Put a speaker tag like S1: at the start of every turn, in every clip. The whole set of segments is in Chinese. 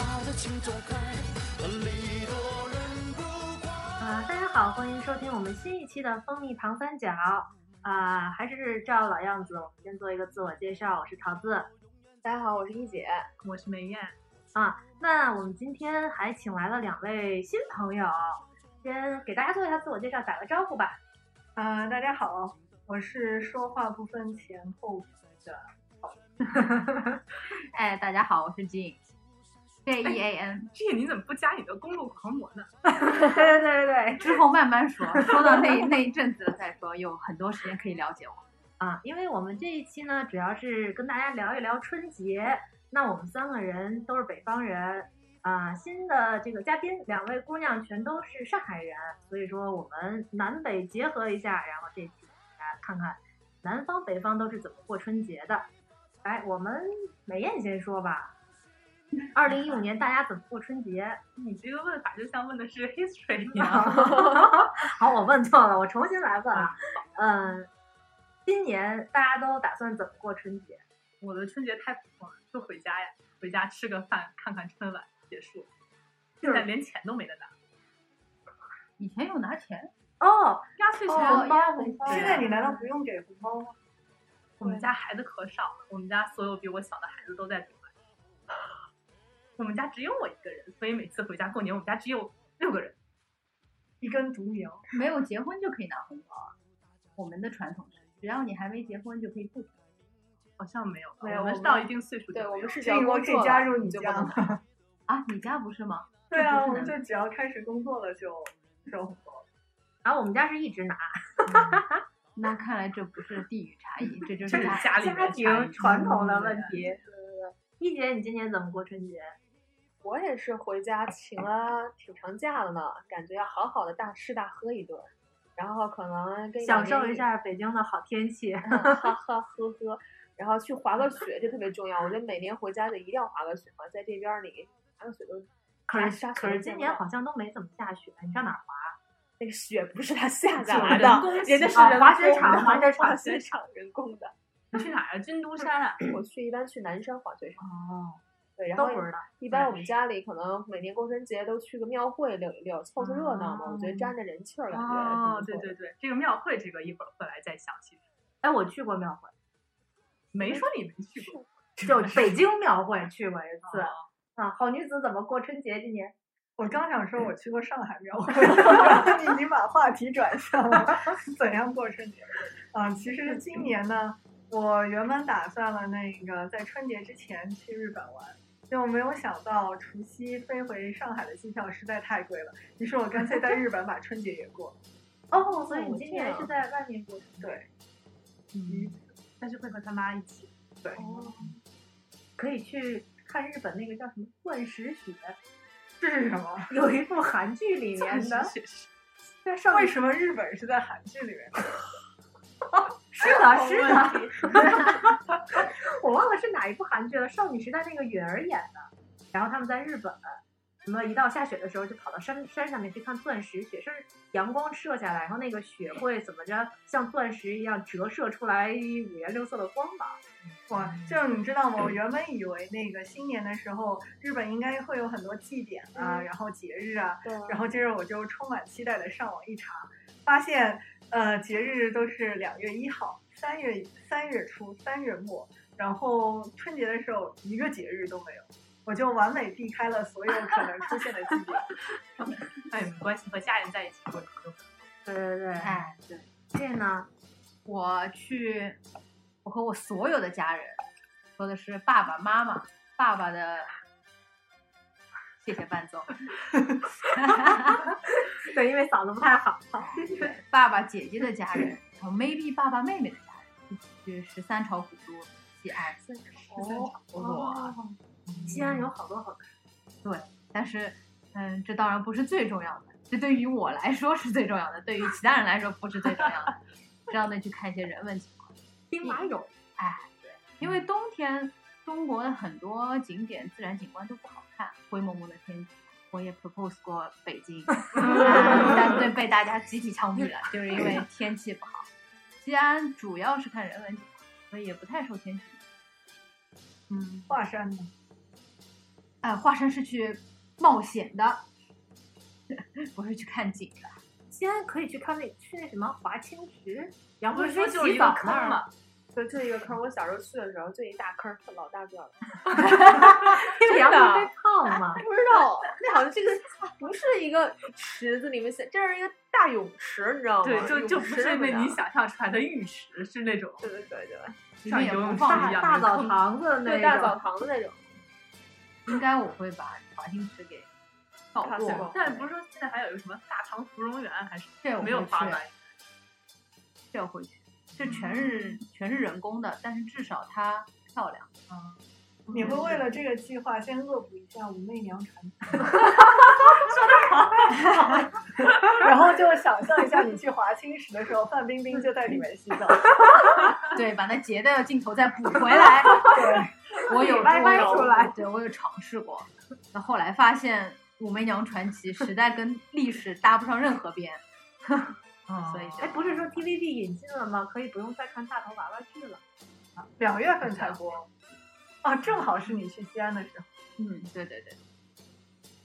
S1: 中看，李多人不怪。
S2: 啊、大家好，欢迎收听我们新一期的蜂蜜糖三角。啊、还是照老样子，我们先做一个自我介绍，我是桃子。
S3: 大家好，我是一姐，
S4: 我是梅艳，
S2: 啊，那我们今天还请来了两位新朋友，先给大家做一下自我介绍，打个招呼吧。
S4: 啊、大家好，我是说话不分前后的，
S5: 哎，大家好，我是 Jean。J
S4: 哎
S5: E A N，
S4: 这你怎么不加你的公众狂魔呢？
S2: 对对对对
S5: 之后慢慢说，说到那那一阵子了再说，有很多时间可以了解我。
S2: 啊，因为我们这一期呢，主要是跟大家聊一聊春节。那我们三个人都是北方人，啊，新的这个嘉宾两位姑娘全都是上海人，所以说我们南北结合一下，然后这期给大家看看南方北方都是怎么过春节的。来，我们美艳先说吧。二零一五年大家怎么过春节？
S4: 你这个问法就像问的是 history 一样。
S2: 好，我问错了，我重新来问啊。嗯，今年大家都打算怎么过春节？
S4: 我的春节太普通了，就回家呀，回家吃个饭，看看春晚，结束。现在连钱都没得拿，
S5: 以前有拿钱，
S2: 哦，
S4: 压岁钱、
S2: 哦压岁钱
S3: 现在你难道不用给红包吗？
S4: 我们家孩子可少了，我们家所有比我小的孩子都在读完。我们家只有我一个人，所以每次回家过年，我们家只有六个人。
S3: 一根独苗，
S5: 没有结婚就可以拿红包啊。我们的传统是，只要你还没结婚就可以不结。
S4: 好像没有吧，
S3: 没有
S4: 我们
S3: 我
S4: 是到
S3: 们
S4: 一定岁数就
S3: 对
S4: 没
S3: 我
S4: 有
S3: 们是
S4: 了
S3: 只要工作了你就不能
S5: 了。啊，你家不是吗？
S3: 对啊，
S5: 不
S3: 我
S5: 是
S3: 们
S5: 的
S3: 就只要开始工作了就收红包。
S2: 然后我们家是一直拿，
S5: 嗯 那看来这不是地域差异，这就是
S4: 这是
S5: 家
S4: 家里面的差异
S3: 题，
S2: 一姐，你今年怎么过春节？
S3: 我也是回家请了挺长假的呢，感觉要好好的大吃大喝一顿，然后可能跟
S2: 享受
S3: 两个人
S2: 一下北京的好天气。
S3: 嗯 哈哈呵呵，然后去滑个雪，这特别重要。我觉得每年回家就一定要滑个雪嘛，在这边儿你滑个雪都
S2: 可
S3: 啥
S2: 是
S3: 啥
S2: 可是
S3: 时间
S2: 今
S3: 都
S2: 年
S3: 有
S2: 好像都没怎么下雪，你上哪儿滑？
S3: 那个雪不是它下下
S4: 就
S3: 来
S4: 人
S3: 的，
S4: 工
S3: 人家
S4: 起
S3: 是
S2: 啊
S3: 人
S2: 滑雪
S3: 工
S2: 场
S3: 的
S2: 滑雪场
S3: 滑雪场人工的。
S4: 你去 哪儿啊？军都山啊？
S3: 我去一般去南山滑雪场，
S2: 哦，
S3: 对，然
S2: 都
S3: 后
S2: 不知道。
S3: 一般我们家里可能每年过春节都去个庙会溜一溜，凑凑热闹嘛。我觉得
S2: 哦
S3: 沾着人气儿，感觉
S4: 哦，对
S3: 挺不错的
S4: 对对，这个庙会这个一会儿会来再详细。
S2: 哎，我去过庙 会，
S4: 没说你没去过，
S2: 就北京庙会去过一次
S4: 哦。
S2: 啊，好女子怎么过春节？今年
S6: 我刚想说我去过上海 庙会，你 已经把话题转向了，怎样过春节？啊，其实今年呢，我原本打算了那个在春节之前去日本玩，结果没有想到除夕飞回上海的机票实在太贵了，于是我干脆在日本把春节也过。
S2: 哦，所以
S3: 哦
S2: 你今
S3: 这
S2: 年
S3: 样
S2: 是在外面过春节？
S6: 对，
S4: 嗯，但是会和他妈一起。
S6: 对，
S2: 哦，可以去看日本那个叫什么《钻石雪
S6: 这是什么？》，
S2: 有一部韩剧里面的，在上
S6: 为什么日本是在韩剧里面？
S2: 是的，是的， 我忘了是哪一部韩剧了，少女时代那个允儿演的。然后他们在日本，什么一到下雪的时候就跑到山山上面去看钻石雪，是阳光射下来，然后那个雪会怎么着，像钻石一样折射出来五颜六色的光芒。
S6: 哇，就是你知道吗？我原本以为那个新年的时候，日本应该会有很多祭典啊，
S3: 嗯
S6: 然后节日啊，
S3: 对啊
S6: 然后接着我就充满期待的上网一查，发现呃节日都是两月一号、三月三月初、三月末，然后春节的时候一个节日都没有，我就完美避开了所有可能出现的季节。
S4: 哎，没关系，和家人在一起过这个。
S2: 对对对，
S5: 哎，对，
S2: 这呢，
S5: 我去，我和我所有的家人，说的是爸爸妈妈，爸爸的，谢谢伴奏。
S2: 对，因为嗓子不太好，
S5: 爸爸姐姐的家人，然后 maybe 爸爸妹妹的家人，去十三朝古都西安。
S4: 哇，
S2: 西安有好多好吃。
S5: 但是，嗯，这当然不是最重要的，这对于我来说是最重要的，对于其他人来说不是最重要的。这样的去看一些人文情况，
S2: 兵马俑，
S5: 因
S4: 嗯
S5: 为冬天中国的很多景点自然景观都不好看，灰蒙蒙的天气。我也 propose 过北 京，但对被大家集体枪毙了，就是因 为天气不好。西安主要是看人文景观，所以也不太受天气影响。
S6: 嗯，华山呢？
S5: 啊哎，华山是去冒险的， 不是去看景的。
S2: 西安可以去看那去那什么华清池，杨
S4: 不
S2: 贵
S4: 是
S2: 妃
S4: 说就是
S2: 洗
S4: 一个
S2: 澡
S4: 坑
S2: 那儿
S4: 嘛，
S3: 就就一个坑，我小时候去的时候就一大坑，老大个了。
S2: 因为
S3: 真
S2: 杨
S3: 的
S2: 贵妃胖嘛，
S3: 不知道， 那好像这个不是一个池子里面写，这是一个大泳池，你知道吗？
S4: 对，就就
S3: 泳
S4: 不
S3: 池
S4: 是
S3: 里面
S4: 那
S3: 的
S4: 你想象出来的浴池，是那种
S3: 对对对对，
S5: 其
S4: 像
S5: 实也
S4: 游泳
S5: 不
S4: 池
S5: 放
S4: 一
S2: 大
S4: 样
S2: 大
S4: 的
S2: 澡
S4: 坑。
S2: 堂子那
S3: 对大澡
S2: 种。
S3: 堂的那种。
S5: 应该我会把华清池给跳
S3: 跳过
S5: 过，
S4: 但是不是说现在还有一个什么大唐芙蓉园，还是
S5: 这我
S4: 没
S5: 会
S4: 有
S5: 去
S4: 发来？
S5: 这我会去，这全
S3: 嗯
S5: 是全是人工的，但是至少它漂亮。
S4: 嗯
S6: 你会为了这个计划先恶补一下武媚娘传奇，说的好， 然后就想象一下你去华清池的时候，范冰冰就在里面洗 澡。
S5: 对，把那截的镜头再补回来。对，我 有
S2: 歪歪
S5: 我有
S2: 出来
S5: 对我有尝试过。那后来发现《武媚娘传奇》实在跟历史搭不上任何边，
S4: 嗯
S5: 所以
S2: 哎，
S5: 就
S2: 不是说 TVB 引进了吗？可以不用再看大头娃娃剧了。
S6: 两月份才播，啊，正好是你去西安的时候。
S5: 嗯，对对对，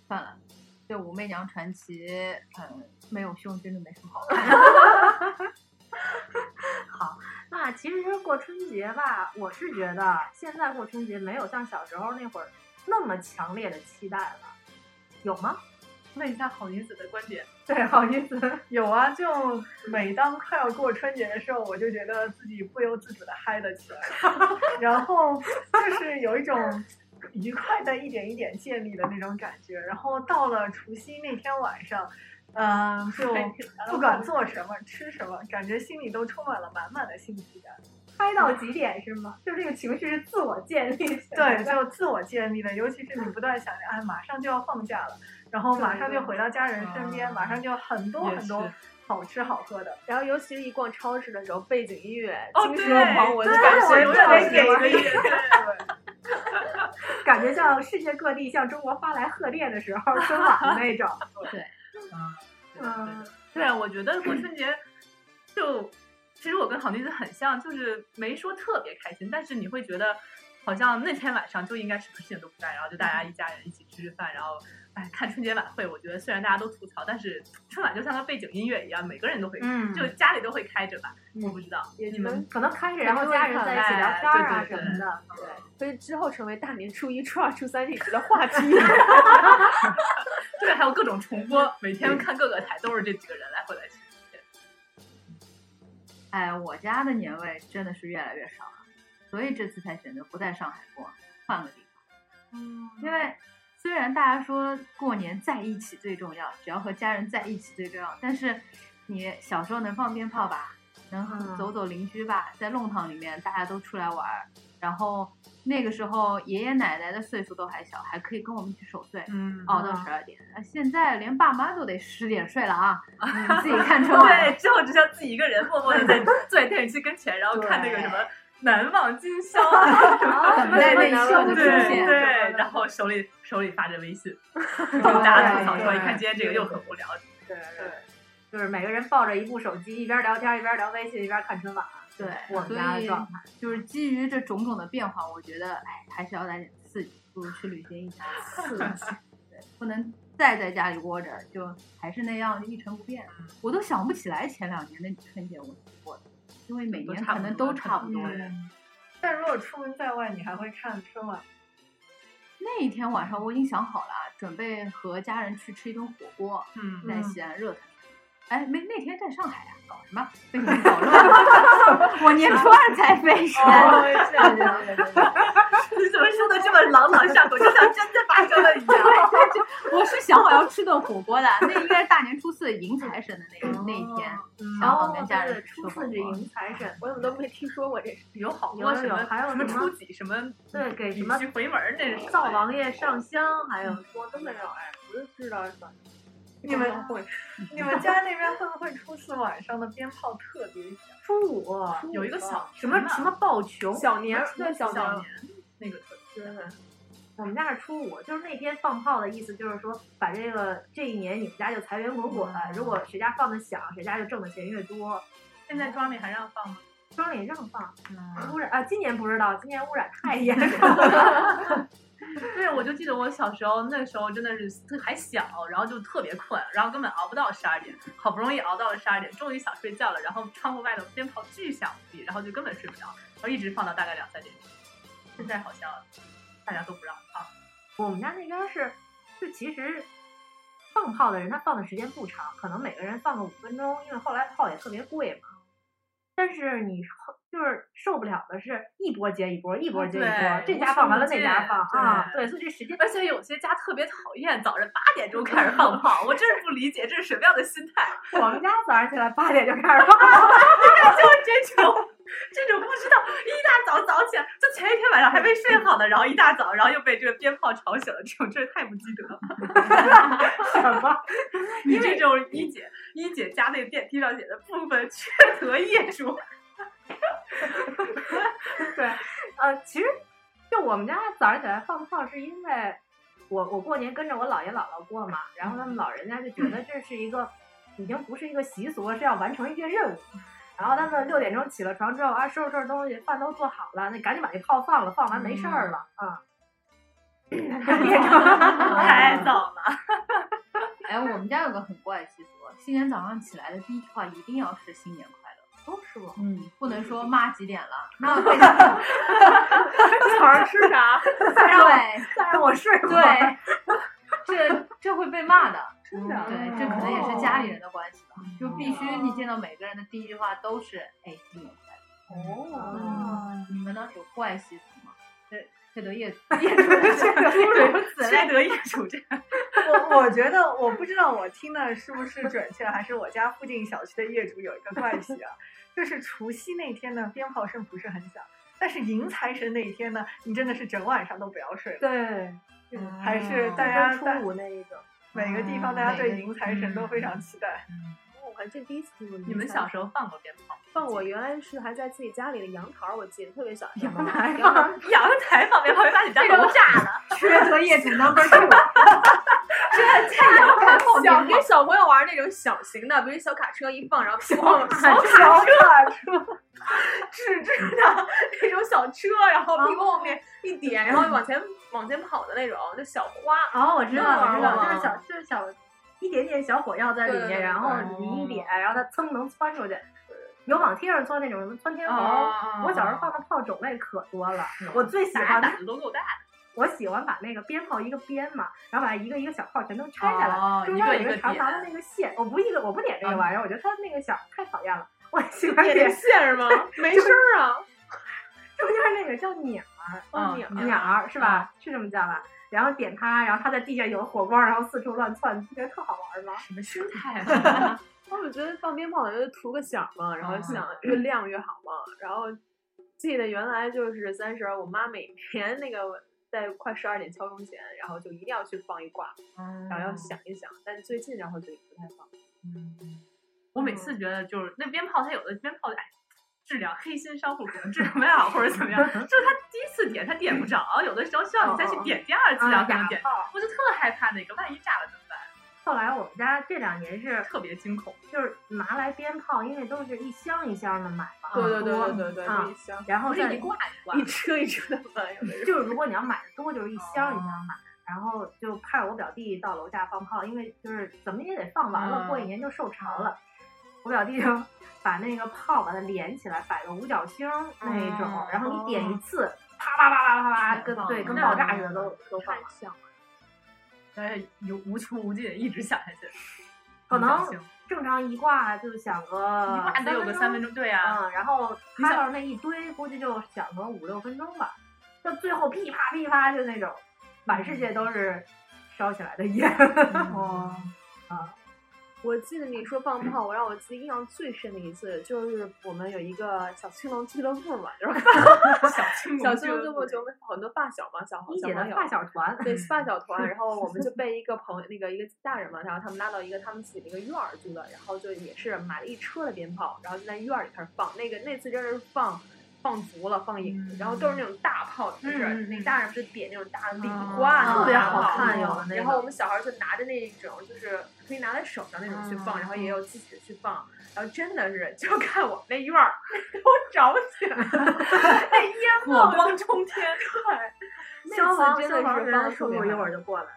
S5: 算了。对《武媚娘传奇》，嗯，没有胸真的没什么好看。
S2: 那其实过春节吧，我是觉得现在过春节没有像小时候那会儿那么强烈的期待了，有吗？
S4: 问一下好女子的观点，
S6: 对，好意思。有啊，就每当快要过春节的时候，我就觉得自己不由自主的嗨了起来， 然后就是有一种愉快的一点一点建立的那种感觉。然后到了除夕那天晚上，嗯、就不管做什么、吃什么，感觉心里都充满了满满的幸福感。
S2: 嗨到极点是吗？就是这个情绪是自我建立起来
S6: 对，
S2: 的。
S6: 就自我建立的，尤其是你不断想着，哎，马上就要放假了，然后马上就回到家人身边，
S4: 嗯
S6: 马上就有很多
S4: 也
S6: 很多
S4: 是
S6: 好吃好喝的。
S3: 然后尤其是一逛超市的时候，背景音乐
S4: 哦
S3: 精
S4: 对
S3: 神狂，我就
S4: 对
S3: 感
S4: 我
S3: 觉
S4: 永
S3: 特
S4: 远给
S3: 别给
S4: 一个
S3: 力。
S4: 月
S2: 感觉像世界各地向中国发来贺电的时候春晚的那种。嗯，
S4: 对，啊我觉得过春节就其实我跟好女子很像，就是没说特别开心，但是你会觉得好像那天晚上就应该什么事情都不干，然后就大家一家人一起吃吃饭，然后哎看春节晚会。我觉得虽然大家都吐槽，但是春晚就像个背景音乐一样，每个人都会，
S2: 嗯
S4: 就家里都会开着吧。
S2: 嗯
S4: 我不知道
S3: 也
S4: 你
S3: 能
S4: 们
S2: 可能开始然后家人在一起聊天儿啊什么的。
S3: 所以之后成为大年初一、初二、初三这一集的话题。
S4: 对，还有各种重播，每天看各个台都是这几个人来回来去。
S5: 哎，我家的年味真的是越来越少了，所以这次才选择不在上海过，换个地方。因为虽然大家说过年在一起最重要，只要和家人在一起最重要，但是你小时候能放鞭炮吧，能
S2: 嗯
S5: 走走邻居吧，在弄堂里面大家都出来玩儿，然后那个时候爷爷奶奶的岁数都还小，还可以跟我们一起守岁。
S6: 嗯
S4: 哦
S5: 熬到
S2: 嗯
S5: 十二点，啊现在连爸妈都得十点睡了啊！你自己看春晚吧。
S4: 对，之后只剩自己一个人默默的在坐在电视机跟前，然后看那个什么《难忘今宵》啊，什么
S5: 等待那一刻的
S4: 对
S5: 出
S4: 对
S5: 现。
S4: 对，然后手里手里发着微信， 跟大家吐槽说：“你看今天这个又很无聊。
S6: 对对。
S2: 就是每个人抱着一部手机，一边聊天一边聊微信，一边看春晚。啊
S5: 对，
S2: 我们家的
S5: 所以
S2: 状态。
S5: 就是基于这种种的变化，我觉得哎，还是要来点刺激，不如去旅行一 下。刺激，对，不能再在家里窝着，就还是那样一成不变。
S2: 嗯
S5: 我都想不起来前两年的春节我怎么过的，因为每
S4: 都
S5: 年
S4: 差
S5: 可
S4: 不
S5: 能
S4: 多
S5: 都
S4: 差
S5: 差
S4: 不
S5: 不多。
S6: 嗯但如果出门在外，你还会看春晚？
S5: 那一天晚上我已经想好了，准备和家人去吃一顿火锅，”
S4: 嗯，
S5: 在
S6: 嗯
S5: 西安热腾腾。哎，没那天在上海啊，搞什么？被你们搞乱了。 我年初二才 飞西安。
S6: 这
S3: 啊
S6: 样这样这样。
S4: 你怎么说的这么朗朗上口，就像真的发生了一样？
S5: 我是想好要吃顿火锅的，那应该是大年初四迎财神的那那一天，想好跟家
S2: 哦对对，
S5: 人吃
S2: 初
S5: 火锅
S2: 四。是迎财神，
S3: 我怎么都没听说过这事？
S4: 有好
S2: 有
S4: 多
S2: 有
S4: 什么，
S2: 还有
S4: 什么
S2: 什么
S4: 初几，什么
S2: 对，给什
S4: 女
S2: 么嗯
S4: 婿回门儿，那是什么
S2: 灶王爷上香，还有说
S3: 真的是，哎，我就知道什么。
S6: 你们
S3: 会
S6: 你们家那边会不会初四晚上的鞭炮特别响？
S2: 初五
S4: 有一个小
S2: 什么什么抱穷，
S3: 小年儿，对
S4: 小
S3: 小年儿
S4: 年，那个特
S3: 真的
S2: 我们家是初五，就是那天放炮的意思，就是说把这个这一年你们家就财源滚滚，如果谁家放的响，谁家就挣的钱越多。
S4: 现在庄里还让放吗？
S2: 庄里也让放
S4: 嗯
S2: 污染啊，今年不知道，今年污染太严重了。
S4: 对，我就记得我小时候那个时候真的是特还小，然后就特别困，然后根本熬不到十二点，好不容易熬到了十二点，终于想睡觉了，然后窗户外头鞭炮巨响无比，然后就根本睡不着，然后一直放到大概两三点钟。现在好像大家都不让放，
S2: 我们家那边是，就其实放炮的人他放的时间不长，可能每个人放个五分钟，因为后来炮也特别贵嘛。但是你后就是受不了的是一波接一波，一波接一波，
S4: 啊对
S2: 这家放完了那家放
S4: 无所不见
S2: 啊，
S4: 对
S2: 对，所以这时 间
S4: 而且有些家特别讨厌早晨八点钟开始放炮，我真是不理解这是什么样的心态。
S2: 我们家早上起来八点就开始放，
S4: 就是这种，这种不知道一大早早起来，就前一天晚上还没睡好呢，然后一大早，然后又被这个鞭炮吵醒了，这种真是太不积德了。
S2: 什 么？
S4: 因为这种一姐一姐家那个电梯上写的部分缺德业主，
S2: 呃，其实就我们家早上起来放炮，是因为我我过年跟着我姥爷姥姥过嘛，然后他们老人家就觉得这是一个已经不是一个习俗了，是要完成一个任务。 然后他们六点钟起了床之后啊，收拾收拾东西，饭都做好了，那赶紧把那炮放了，放完没事儿了啊。
S4: 太
S5: 嗯
S4: 早了。
S5: 哎，我们家有个很怪的习俗，新年早上起来的第一句话一定要是新年快乐，
S3: 哦，是吗？
S5: 嗯，不能说妈几点了，那会 对
S3: 早上吃 啥？
S2: 再让我睡会儿。
S5: 对，这这会被骂的，
S6: 真的啊，
S5: 对，这可能也是家里人的关系吧，就必须你见到每个人的第一句话都是哎新年快乐。
S2: 哦，
S6: 哦。
S5: 你们当时有怪习俗吗？这缺德业 业主诸如此
S4: 缺
S5: 类，
S4: 德业主这样，
S6: 我我觉得我不知道我听的是不是准确，还是我家附近小区的业主有一个怪癖啊，就是除夕那天呢，鞭炮声不是很响，但是迎财神那一天呢，你真的是整晚上都不要睡了。
S2: 对，
S6: 还是
S5: 啊
S6: 大
S3: 大
S6: 家
S3: 初
S6: 在
S3: 五那一个，
S6: 每个地方，大家对迎财神都非常期待。
S3: 我还真第一次听过。
S4: 你们小时候放过鞭 炮？
S3: 放我原来是还在自己家里的阳台儿，我记得特别小时候。
S2: 台
S3: 阳台
S4: 阳台放鞭炮，把你家楼炸了。
S5: 缺德业主 number two，
S3: 小给小朋友玩那种小型的，比如小卡车一放，然后砰砰
S6: 小卡车，
S3: 纸质的那种小车，然后屁股后面一点，然后往前往前跑的那种，就小花。
S2: 哦，我知道，我知
S6: 嗯
S3: 那
S2: 道，
S3: 玩
S2: 就
S3: 儿
S2: 是小，就是小一点点小火药在里
S3: 对对
S2: 面，
S3: 对
S2: 然后你一点，然后它噌能窜出去。呃有往天上窜那种什么窜
S5: 哦
S2: 天
S6: 哦
S2: 猴，我小时候放的炮种类可多了。我最喜
S4: 大家
S2: 欢，
S4: 胆子都够大的，
S2: 我喜欢把那个鞭炮一个鞭嘛，然后把一个一个小炮全都拆下来，
S5: 哦
S2: 中
S4: 一
S2: 间
S4: 个
S2: 有
S4: 一个
S2: 长长的
S4: 点
S2: 那个线。我不一个，我不点这个玩意儿，我觉得它那个小太讨厌了。我喜欢
S3: 哦点
S2: 点
S3: 点 线是吗？没事儿啊，哦
S2: 中间那个叫鸟儿，哦
S4: 嗯
S3: 鸟嗯
S2: 鸟儿是吧？是这么叫吧？然后点它，然后它在地下有火光，然后四处乱窜，你不觉得特好玩吗？
S4: 什么心态 啊？
S3: 我觉得放鞭炮感觉图个响嘛，然后想越亮越好嘛。然后记得原来就是三十儿，我妈每年那个在快十二点敲钟前，然后就一定要去放一挂，然
S4: 嗯
S3: 后要响一响。但最近然后就不太放。
S4: 我每
S3: 嗯
S4: 次觉得就是那鞭炮，它有的鞭炮哎，质量黑心商户可能质量不太好或者怎么 样，就是它第一次点它点不着，有的时候需要你
S3: 哦
S4: 再去点第二次
S3: 啊
S4: 然后才能点，
S2: 啊炮。
S4: 我就特害怕那个万一炸了怎么办，
S2: 后来我们家这两年是
S4: 特别惊恐。
S2: 就是拿来鞭炮，因为都是一箱一箱的买嘛，
S3: 对对对对对对，
S2: 啊
S3: 一箱
S2: 然后
S4: 不是
S2: 再
S4: 一挂一挂
S3: 一，车一车的放，有的人
S2: 就是如果你要买的多，就是一箱一
S4: 哦
S2: 箱买。然后就派我表弟到楼下放炮，因为就是怎么也得放完了，
S4: 嗯
S2: 过一年就受潮了。我表弟就 把那个炮把它连起来，摆个五角星儿那一种，
S4: 嗯
S2: 然后你点一次，啪啪啪啪啪啪，跟
S5: 全放
S2: 对
S5: 了
S2: 跟爆炸似的都都放
S3: 太
S2: 了。
S3: 响了。
S4: 但是有无穷无尽，一直响下去。
S2: 可能
S4: 很小心
S2: 正常一挂就响
S4: 一
S3: 呃
S2: 个
S4: 挂得有个三分
S2: 钟。
S4: 钟，对啊呀、
S2: 嗯，然后
S4: 你想
S2: 他要是那一堆，估计就响个五六分钟吧，到最后噼啪噼啪就那种，满世界都是烧起来的烟。
S4: 嗯
S6: 哦，
S3: 我记得你说放炮，我让我自己印象最深的一次，就是我们有一个小青龙俱乐部嘛，然后
S4: 小青
S3: 小
S4: 龙
S3: 青
S4: 俱乐
S3: 龙
S4: 部
S3: 俱乐部就很多发小嘛，小
S2: 一
S3: 小
S2: 姐的
S3: 朋友
S2: 发小 团，
S3: 对发小团，然后我们就被一个朋友那个一个大人嘛，然后他们拉到一个他们自己的一个院儿住的，然后就也是买了一车的鞭炮，然后就在院儿里开始放。那个那次真的是放放足了，放瘾，然后都是那种大炮，就是、
S2: 嗯嗯啊
S3: 那大人不是点那种大礼花，啊
S2: 特别
S3: 大炮
S2: 好看，有的那
S3: 然后我
S2: 个。
S3: 们小孩儿就拿着那种，就是可以拿在手上那种去放，然后
S2: 啊
S3: 也有自己的去放，然后真的是就看我们那院儿 都着起来了，那烟
S4: 火
S3: 火
S4: 光冲天，
S3: 对，消防
S2: 这次真
S3: 消
S2: 的
S3: 防
S2: 是
S3: 员
S2: 帮
S3: 特
S2: 叔
S3: 别
S2: 叔一会
S3: 好
S2: 儿就过来了。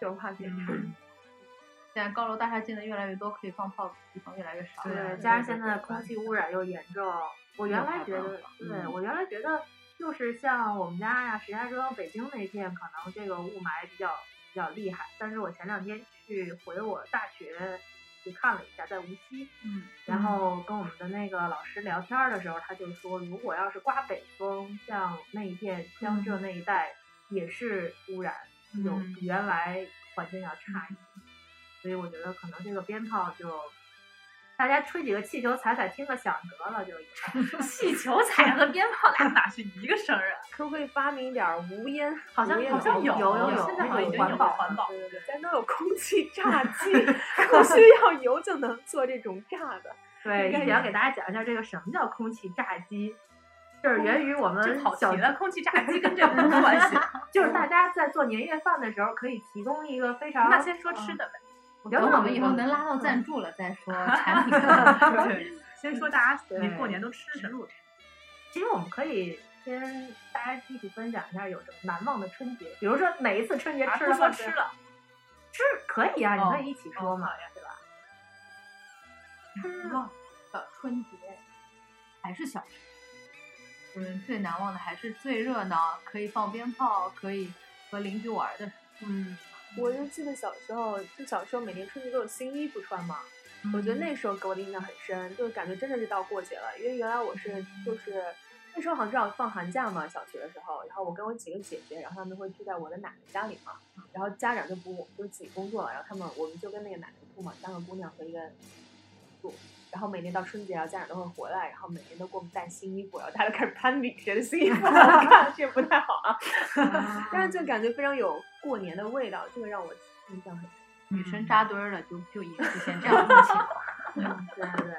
S3: 就是怕别人。
S4: 嗯
S5: 现在高楼大厦建的越来越多，可以放炮的地方越来越少了。
S4: 对
S2: 对，
S4: 对
S2: 加上现在空气污染又严重，我原来觉得，
S4: 嗯
S2: 对我原来觉得就是像我们家呀、石家庄、北京那片，可能这个雾霾比较比较厉害。但是我前两天去回我大学去看了一下，在无锡，
S5: 嗯，
S2: 然后跟我们的那个老师聊天儿的时候，他就说，如果要是刮北风，像那一片江浙那一带也是污染有
S4: 嗯
S2: 比原来环境要差一些，所以我觉得可能这个鞭炮就大家吹几个气球踩踩，听个响得了就以后。
S4: 气球踩和鞭炮俩哪是一个声儿啊？
S3: 可不可以发明一点儿无烟？
S2: 好像
S3: 无烟
S2: 好像
S3: 筒
S2: 有
S4: 有
S2: 有
S4: 现在好像已经有
S2: 环保
S4: 环保
S2: 对对对
S3: 咱都有空 气炸机，不需要油就能做这种炸的。
S2: 对，
S3: 应该
S2: 一姐
S4: 嗯
S2: 要给大家讲一下这个什么叫空气炸机，就是源于我
S4: 这
S2: 们
S4: 跑题
S2: 小
S4: 了，嗯空气炸机跟这有什么 关系？
S2: 就是大家在做年夜饭的时候可以提供一个非常呃
S4: 那先说吃的呗，
S5: 我
S2: 有
S5: 等
S2: 脑
S5: 我们嗯以后
S2: 子
S5: 能拉到赞助了再说产品的。
S4: 对，先说大家你过年都吃什么？
S2: 其实我们可以跟大家一起分享一下有什么难忘的春节，比如说哪一次春节
S4: 啊
S2: 吃
S4: 不
S2: 了
S4: 说
S2: 饭
S4: 吃
S2: 最好
S4: 了，
S2: 吃可以啊，
S4: 哦
S2: 你可以一起说嘛，对吧？
S5: 难忘的春节还是小时候，嗯，最难忘的还是最热闹，可以放鞭炮，可以和邻居玩的时候。
S2: 嗯，
S3: 我就记得小时候，就小时候每年春节都有新衣服穿嘛，我觉得那时候给我的印象很深，就感觉真的是到过节了。因为原来我是就是那时候好像正好放寒假嘛，小学的时候，然后我跟我几个姐姐，然后她们会住在我的奶奶家里嘛，然后家长就不就自己工作了，然后他们我们就跟那个奶奶住嘛，三个姑娘和一个住。然后每年到春节，然后啊家长都会回来，然后每年都给我们带新衣服，然后大家就开始攀比谁的新衣服好看，这也不太好啊。 但是就感觉非常有过年的味道，这个让我印象很深。
S5: 女生扎堆儿了，就就也出现这样的情况。
S2: 对对对，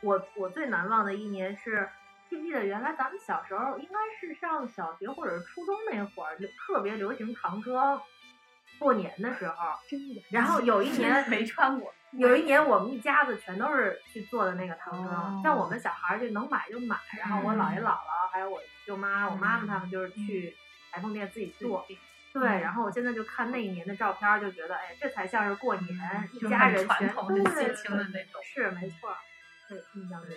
S2: 我我最难忘的一年是，记不记得原来咱们小时候应该是上小学或者是初中那会儿，流特别流行唐装，过年的时候，
S3: 真的。
S2: 然后有一年
S4: 没穿过，
S2: 有一年我们一家子全都是去做的那个唐装，
S5: 哦
S2: 像我们小孩儿就能买就买，然后我
S4: 嗯
S2: 姥爷姥姥还有我舅妈、我妈妈他们就是去裁缝店自己做。对，
S4: 嗯
S2: 然后我现在就看那一年的照片儿，就觉得，哎，这才像是过年，
S4: 嗯就
S2: 一
S4: 是
S2: 家
S4: 很
S2: 人
S4: 传
S2: 全
S4: 统、
S2: 对
S4: 很新清的那种。
S2: 是没错儿，对，印象深。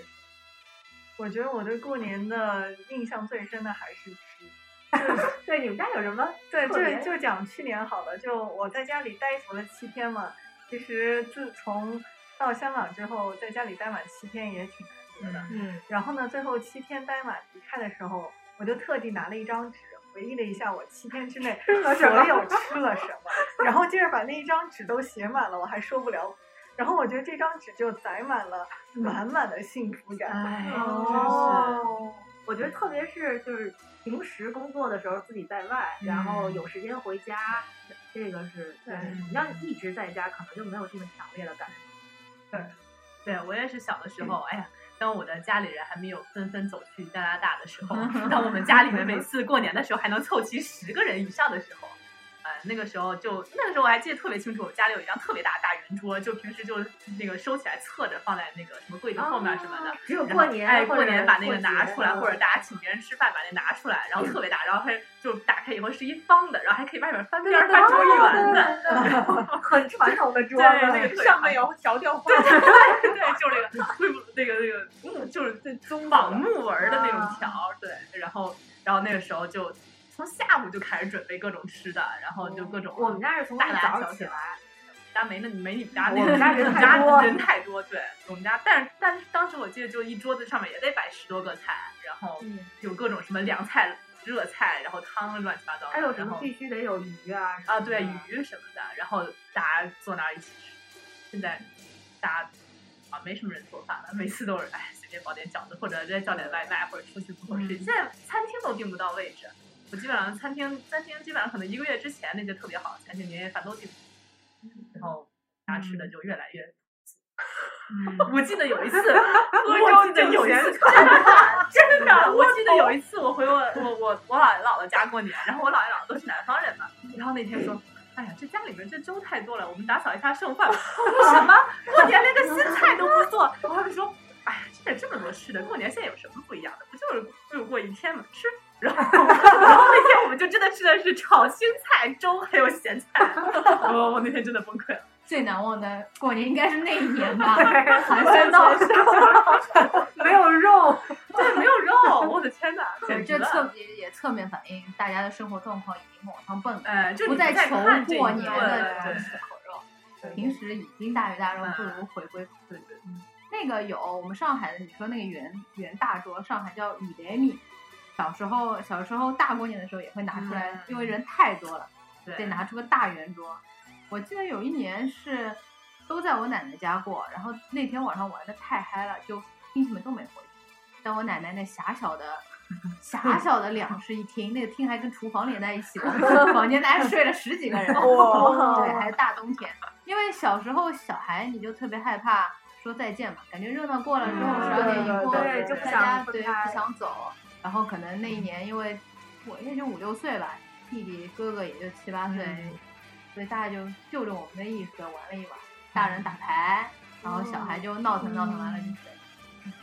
S6: 我觉得我对过年的印象最深的还是吃。
S2: 对，你们家有什么？
S6: 对，
S2: 特别
S6: 就就讲去年好了，就我在家里待足了七天嘛。其实自从到香港之后，在家里待满七天也挺难得的。
S2: 嗯，
S6: 然后呢，最后七天待满离开的时候，我就特地拿了一张纸回忆了一下我七天之 内所有吃了什么，然后接着把那一张纸都写满了，我还受不了。然后我觉得这张纸就载满了满满的幸福感。
S5: 哎，
S2: 哦，我觉得特别是就是平时工作的时候自己在外，然后有时间回家，这个是对。你要一直在家，可能就没有这么强烈的感受。
S4: 对我也是小的时候，哎呀，当我的家里人还没有纷纷走去加拿大的时候，当我们家里面每次过年的时候还能凑齐十个人以上的时候，呃，那个时候就那个时候我还记得特别清楚，我家里有一张特别大的大圆桌，就平时就是那个收起来侧着放在那个什么柜子后面什么的。
S2: 只有
S4: 然后
S2: 过年，
S4: 哎，
S2: 或
S4: 过
S2: 者
S4: 年把那
S2: 过
S4: 个拿
S2: 节
S4: 出来，
S2: 嗯
S4: 或者大家请别人吃饭把那拿出来，然后特别大，然后还就打开以后是一方的，然后还可以外面翻边儿翻出一圆的，
S6: 很传统的桌
S4: 对，那个特别
S3: 上
S4: 好
S3: 面有条条画
S4: 对，对对对，就是那个会不那个那个木，就是那棕绑木纹儿的那种条，对，然后然后那个时候就从下午就开始准备各种吃的，然后就各种
S2: 我们家是从
S4: 大大
S2: 早
S4: 小
S2: 上起
S4: 小啊
S2: 来，
S4: 家没那没你们家那
S2: 我们家人
S4: 人
S2: 太多
S4: 人太多，对，我们家，但是但是当时我记得就一桌子上面也得摆十多个菜，然后
S2: 嗯
S4: 有各种什么凉菜、热菜，然后汤乱七八糟的，
S2: 还有什
S4: 然
S2: 么
S4: 后
S2: 必须得有鱼啊什么
S4: 啊，对
S2: 的
S4: 鱼什么的，然后大家坐那儿一起吃。现在大家啊没什么人做饭了，每次都是哎随便包点饺子，或者再叫点外卖，或者出去不够吃。现在餐厅都订不到位置，我基本上餐厅餐厅基本上可能一个月之前那些特别好的餐厅年夜饭都订不到，然后大家吃的就越来越。 我记得有一次，我记得有一次， 真的， 我记得有一次我回我我我我姥爷姥姥家过年，然后我姥爷姥姥都是南方人嘛，然后那天说。哎呀，这家里面这粥太多了，我们打扫一下剩饭吧。 我说什么？过年连个新菜都不做？我还说，哎呀，这这么多吃的，过年现在有什么不一样的？不就就是就过一天嘛，吃。然后， 然后那天我们就真的吃的是炒青菜粥，还有咸菜。我我那天真的崩溃 了。
S5: 最难忘的过年应该是那一年吧，寒山闹市，
S6: 没有肉，
S4: 对，没有肉，我的天哪，简直
S5: 这侧
S4: 了！
S5: 也也侧面反映大家的生活状况已经往上蹦了，
S4: 哎，就
S5: 不
S4: 你
S5: 再
S4: 在
S5: 求
S4: 看这
S5: 过
S4: 一
S5: 年
S4: 顿
S5: 的这
S4: 对
S5: 种吃口肉，平时已经大鱼大肉，不如回归嗯
S4: 对对，
S5: 那个有我们上海的，你说那个圆圆大桌，上海叫米雷米。小时候，小时候大过年的时候也会拿出来，
S4: 嗯
S5: 因为人太多了，
S4: 对
S5: 得拿出个大圆桌。我记得有一年是都在我奶奶家过，然后那天晚上玩的太嗨了，就亲戚们都没回去，在我奶奶那狭小的狭小的两室一厅，那个厅还跟厨房连在一起的，房间大概睡了十几个人。
S6: 哇
S5: 对，还是大冬天，因为小时候小孩你就特别害怕说再见嘛，感觉热闹过了之后
S4: 嗯
S5: 十二点一过，
S2: 对就不
S5: 大
S2: 想
S5: 家
S2: 分
S5: 对
S2: 开
S5: 不想走，然后可能那一年因为我也就五六岁吧，弟弟哥哥也就七八岁，
S4: 嗯
S5: 所以大家就就着我们的意思玩了一玩，大人打牌，然后小孩就闹腾闹腾完
S2: 嗯
S5: 了就睡，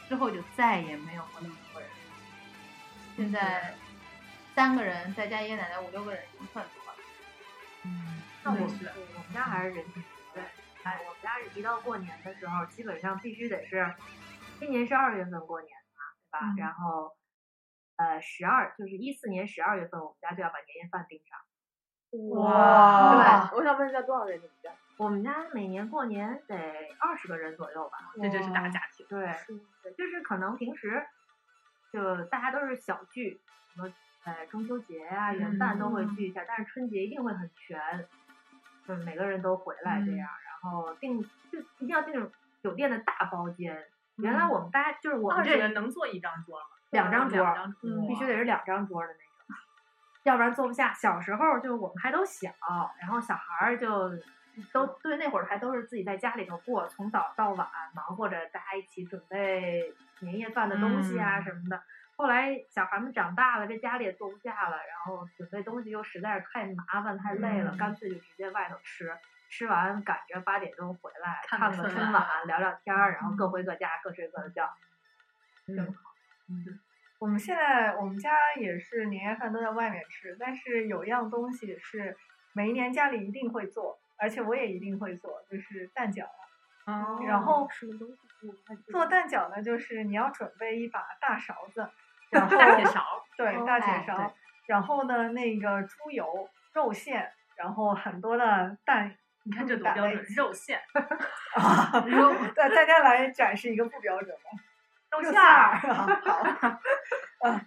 S5: 之后就再也没有过那么多人。现
S2: 嗯
S5: 在三个人再加爷爷奶奶五六个人已经算多了。
S2: 那我
S4: 对
S2: 们
S4: 是的
S2: 我们家还是人挺多的。哎，我们家是一到过年的时候，基本上必须得是，今年是二月份过年嘛，对吧？
S5: 嗯
S2: 然后，呃，十二就是一四年十二月份，我们家就要把年夜饭订上。
S6: 哇
S3: 对，我想问一下多少人你们家？
S2: 我们家每年过年得二十个人左右吧？
S4: 这真是大家庭。
S2: 对，对，就是可能平时就大家都是小聚，什么呃中秋节啊、元旦都
S4: 嗯
S2: 会聚一下，但是春节一定会很全，就是每个人都回来这样，
S4: 嗯
S2: 然后订就一定要订酒店的大包间。原来我们大家就是我们
S4: 嗯二
S2: 这
S4: 十人能坐一张桌吗？
S2: 两张桌
S4: 两
S2: 儿，
S4: 张桌
S2: 嗯必须得是两张桌儿的那种， 要不然坐不下。小时候就我们还都小，然后小孩儿就都对那会儿还都是自己在家里头过，从早到晚忙活着，大家一起准备年夜饭的东西啊
S4: 嗯
S2: 什么的。后来小孩们长大了，这家里也坐不下了，然后准备东西又实在是太麻烦太累了，
S4: 嗯
S2: 干脆就直接外头吃。吃完赶着八点钟回来，
S4: 看
S2: 看个
S4: 个春
S2: 春
S4: 晚
S2: 晚，聊聊天儿，然后
S6: 嗯
S2: 各回各家，各睡各的觉。
S6: 我们现在我们家也是年夜饭都在外面吃，但是有样东西是每一年家里一定会做，而且我也一定会做，就是蛋饺。
S4: 哦
S6: 然后
S3: 什么东西？
S6: 做蛋饺呢，就是你要准备一把大勺子，然后
S4: 大铁勺，
S6: 对
S3: 哦
S6: 大
S5: 哎
S6: 铁勺
S5: 对，
S6: 然后呢那个猪油、肉馅，然后很多的蛋。
S4: 你看这多
S6: 打
S4: 标
S6: 在一
S4: 准，
S6: 起
S4: 肉馅、
S5: 肉
S6: 对，大家来展示一个不标准的
S4: 肉
S6: 肉
S4: 馅
S6: 馅儿
S4: 儿，
S6: 啊， 好，嗯，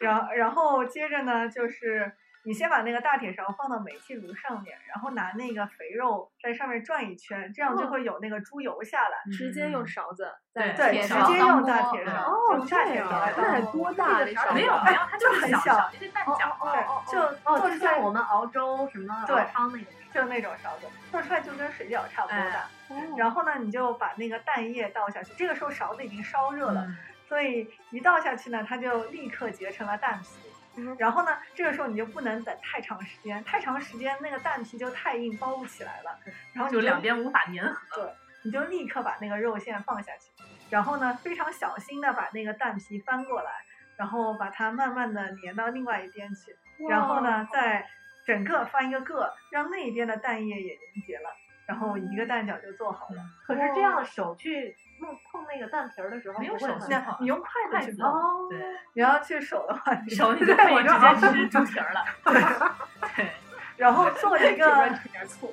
S6: 然然后接着呢，就是你先把那个大铁勺放到煤气炉上面，然后拿那个肥肉在上面转一圈，这样就
S3: 哦
S6: 会有那个猪油下来。
S3: 直接用勺子，
S4: 嗯对
S6: 对，
S5: 铁
S6: 直
S5: 勺
S6: 接
S5: 当
S6: 用大
S5: 锅
S6: 铁
S5: 嗯
S6: 勺，
S3: 哦
S6: 用大
S3: 这
S6: 铁勺
S3: 样
S6: 来
S3: 那
S6: 当
S3: 得
S6: 锅
S3: 多大的勺子？
S4: 没有没有，它就是
S6: 很
S4: 小
S6: 小
S4: 小，这蛋饺嘛。
S3: 哦哦
S6: 对，就
S2: 哦，
S6: 做
S2: 就
S6: 出
S2: 像
S6: 来
S2: 我们熬粥什么
S6: 对
S2: 熬汤那种。
S6: 就那种勺子，做出来就跟水饺差不多大。
S3: 哦
S6: 然后呢，你就把那个蛋液倒下去，这个时候勺子已经烧热了，
S4: 嗯
S6: 所以一倒下去呢，它就立刻结成了蛋皮。
S3: 嗯
S6: 然后呢，这个时候你就不能等太长时间，太长时间那个蛋皮就太硬，包不起来了。然后哦你
S4: 就两边无法粘合。
S6: 你就立刻把那个肉馅放下去，然后呢，非常小心的把那个蛋皮翻过来，然后把它慢慢的粘到另外一边去，然后呢，再整个翻一个个，让那一边的蛋液也凝结了，然后一个蛋饺就做好
S4: 嗯
S6: 了。
S2: 可是这样
S3: 哦
S2: 的手去弄碰那个蛋皮儿的时候，
S4: 没有
S2: 不会
S4: 手
S2: 很
S4: 劲
S2: 难
S4: 儿
S6: 那你用筷子去碰，
S2: 哦，
S4: 对，
S6: 你要去手的话，
S4: 手你就
S6: 对
S4: 可以
S6: 我就熬
S4: 直接吃猪蹄儿了。对，
S6: 然后做一个
S3: 吃点醋，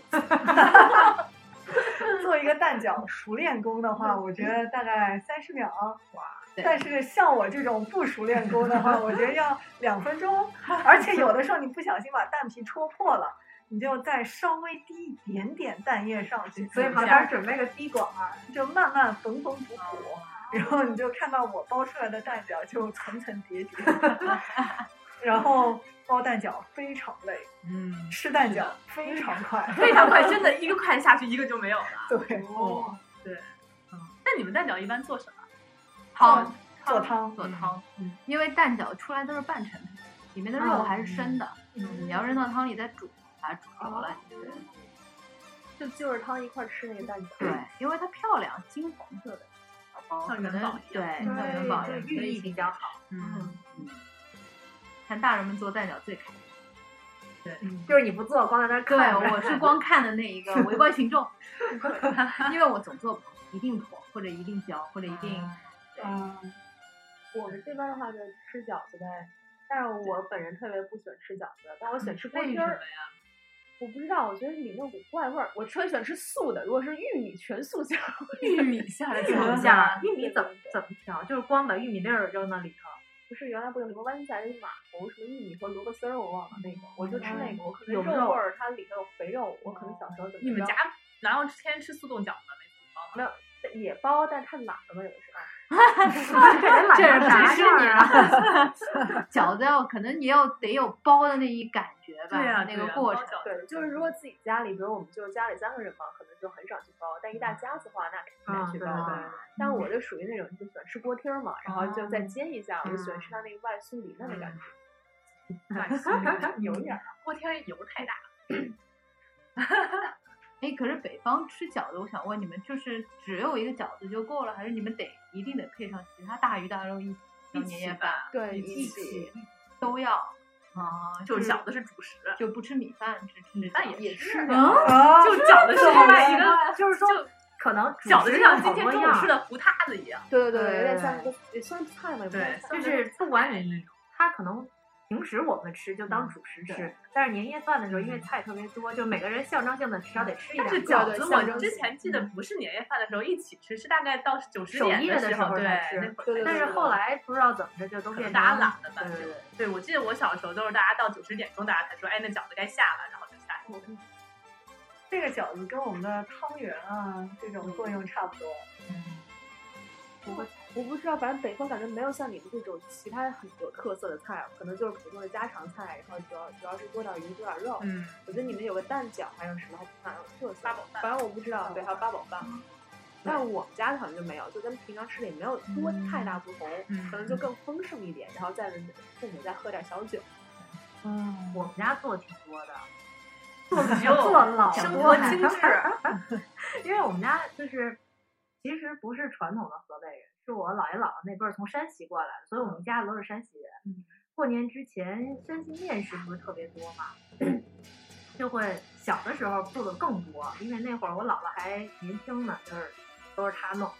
S6: 做一个蛋饺，熟练工的话，我觉得大概三十秒。哇！
S5: 对
S6: 但是像我这种不熟练工的话，我觉得要两分钟，而且有的时候你不小心把蛋皮戳破了，你就再稍微滴一点点蛋液上去，
S2: 所以旁边
S6: 旁边
S2: 儿准备个滴管儿，
S6: 就慢慢缝缝补补，然后你就看到我包出来的蛋饺就层层叠叠，然后包蛋饺非常累，
S4: 嗯，
S6: 吃蛋饺非常快，
S4: 非常快，真的一个筷子下去一个就没有了。
S6: 对，
S4: 哦，对，嗯，那你们蛋饺一般做什么？
S5: 泡
S6: 做汤
S5: 做汤，
S6: 嗯
S5: 因为蛋饺出来都是半成品，里面的肉还是生的，
S6: 嗯
S5: 你要扔到汤里再煮，把它煮熟了。
S3: 就就着汤一块儿吃那个蛋饺。
S5: 对，因为它漂亮，金黄色的，哦
S4: 像
S5: 可
S4: 元
S5: 能
S4: 宝一样
S5: 对，
S6: 对
S5: 像元宝一
S2: 对
S5: 样，
S2: 寓意比较
S5: 好。
S4: 嗯
S5: 嗯嗯，看大人们做蛋饺最开心。
S2: 就是你不做，光在那儿
S5: 对，
S2: 看着。
S5: 我是光看的那一 个围观群众，因为我总做不好，一定坨或者一定焦或者一定
S6: 嗯，
S3: 我们这边的话就吃饺子呗，但是我本人特别不喜欢吃饺子，但我喜欢
S5: 嗯
S3: 吃锅
S4: 为
S3: 贴
S4: 什么
S3: 儿。
S4: 呀？
S3: 我不知道，我觉得里面有股怪味儿。我特别喜欢吃素的，如果是玉米全素馅儿，
S4: 玉米馅
S5: 哎
S4: 的
S2: 等
S4: 饺
S2: 一
S4: 子
S2: 下
S4: 啊，
S2: 啊，玉米怎么怎么调？就是光把玉米粒儿扔那里头。
S3: 不是原来不有什么湾仔的码头，什么玉米和萝卜丝儿，我忘了那个，我就吃那个。我可能
S2: 有
S3: 肉
S2: 肉
S3: 味儿，它里头有肥肉，我可能小时候怎么
S4: 你们
S3: 着
S4: 家难道天天吃速冻饺子吗？没速冻包吗
S3: 也包，但是太懒了吧，有的时候。
S2: 这人懒成啥
S5: 哎这是事
S2: 样啊？
S5: 啊？ 饺子要可能也要得有包的那一感觉吧，
S4: 对呀
S5: 那
S4: 对
S5: 个
S4: 呀
S5: 过
S4: 包
S5: 程。
S4: 饺子
S3: 对，就是如果自己家里，比如我们就是家里三个人嘛，可能就很少去包，但一大家子话，那肯定得去包
S2: 嗯
S3: 的。
S2: 对
S3: 但我就属于那种就喜欢吃锅贴儿嘛，然后就再煎一下，我就喜欢吃它那个外酥里嫩的感觉。
S4: 外酥里嫩
S6: 有点儿
S4: 锅贴儿油太大了，
S5: 哎，可是北方吃饺子，我想问你们，就是只有一个饺子就够了，还是你们得一定得配上其他大鱼大肉一起当年夜饭，
S3: 对，
S5: 一
S3: 一
S5: 起
S3: 起
S5: 都要啊？
S4: 哦就是饺子是主食，
S5: 就不吃米饭，只吃
S4: 米饭也
S3: 也
S4: 是，
S3: 吃的。
S5: 嗯，
S6: 啊
S4: 就饺子是另外 一个，
S2: 就是说
S4: 就
S2: 可能主
S4: 饺子
S2: 食
S4: 就像
S2: 有
S4: 今
S2: 好多
S4: 天中午
S2: 样
S4: 吃的糊塌子一样，
S3: 对对对，有点像
S2: 对
S3: 一个也算菜嘛，也不
S4: 对
S3: 算菜
S2: 就
S4: 像
S2: 是不管你
S4: 那种。
S2: 他可能平时我们吃就当
S4: 嗯
S2: 主食吃，但是年夜饭的时候，因为菜特别多，就每个人象征性的至少得吃一
S4: 但
S2: 两
S4: 嗯是
S2: 个。
S4: 饺
S3: 对
S4: 子，
S3: 象
S4: 我
S3: 征
S4: 之
S3: 性
S4: 前记得不是年夜饭的时候一起吃，是大概到九十
S2: 守
S4: 点
S2: 夜嗯的
S4: 时
S2: 时
S4: 候，
S2: 候
S4: 对，
S2: 才吃
S4: 那会
S3: 对
S4: 儿
S3: 对
S2: 但
S4: 才
S2: 是
S4: 吃
S2: 后来不知道怎么着就都
S4: 可能
S2: 变
S4: 大家
S2: 成
S4: 懒了吧
S2: 对，对
S4: 就
S2: 对
S4: 对，我记得我小时候都是大家到九十点钟，大家才说，哎，那饺子该下了，然后就下了。
S6: 这个饺子跟我们的汤圆啊这种作用差不多。
S3: 我不知道，反正北方感觉没有像你们这种其他很有特色的菜，可能就是普通的家常菜，然后主要主要是多点鱼多点肉。
S4: 嗯，
S3: 我觉得你们有个蛋饺，还有什么还有特色？
S4: 八宝饭
S3: 反正我不知道，对，还有八宝饭嘛。但是我们家好像就没有，就跟平常吃的也没有多太大不同，
S4: 嗯
S3: 可能就更丰盛一点，然后再父母再喝点小酒。
S6: 嗯，
S2: 我们家做挺多 的，
S4: 只有
S2: 做老
S4: 生
S2: 多
S4: 活
S2: 了，
S4: 精致，
S2: 因为我们家就是其实不是传统的河北人，是我姥爷姥姥那辈儿从山西过来的，所以我们一家子都是山西人。
S3: 嗯
S2: 过年之前，山西面食不是特别多嘛， 就会小的时候做的更多，因为那会儿我姥姥还年轻呢，就是都是她弄，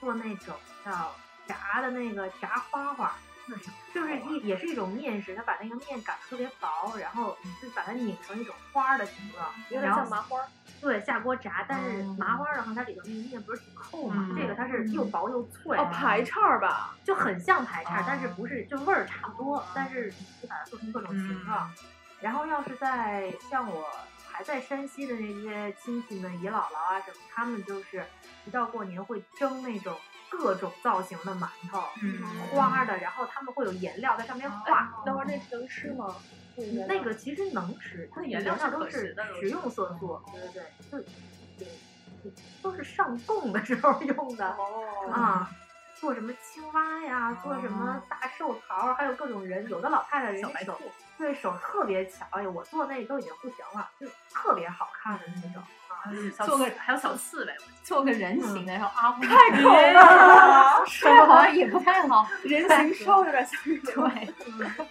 S2: 做那种叫炸的那个炸花花，
S4: 嗯
S2: 就是一也是一种面食，她把那个面擀得特别薄，然后就把它拧成一种花儿的形状，
S3: 嗯有点
S2: 然后
S3: 像麻花儿，
S2: 对，下锅炸，但是
S3: 哦
S2: 麻花的话，它里头那个面不是挺厚嘛？
S4: 嗯
S2: 这个它是又薄又脆，啊
S3: 哦，排哦叉儿吧，
S2: 就很像排叉，但是不是就味儿差不多，但是你把它做成各种形状。
S3: 嗯
S2: 然后要是在像我还在山西的那些亲戚们、姨姥姥啊什么，他们就是一到过年会蒸那种各种造型的馒头，嗯花的，然后他们会有颜料在上面画。
S3: 那会儿哦那能吃吗？
S2: 嗯那个其实能吃，它
S4: 那
S2: 的
S4: 颜料是
S2: 都
S4: 可食
S2: 是
S4: 的都
S2: 食
S4: 是
S2: 用色素，对对对，就就都是上供的时候用的
S3: 哦，
S2: 啊。做什么青蛙呀，做什么大寿桃，还有各种人，有的老太太人
S4: 哦小
S2: 家
S4: 白
S2: 手
S4: 兔，
S2: 对手特别巧，哎呦，我做那都已经不行了，就特别好看的那种。
S4: 小
S5: 做个
S4: 刺还有小刺猬，
S5: 做个人形的，然后啊，
S6: 太口 了，
S5: 太好像也不太好，
S3: 人形烧有点像是
S5: 对，
S4: 嗯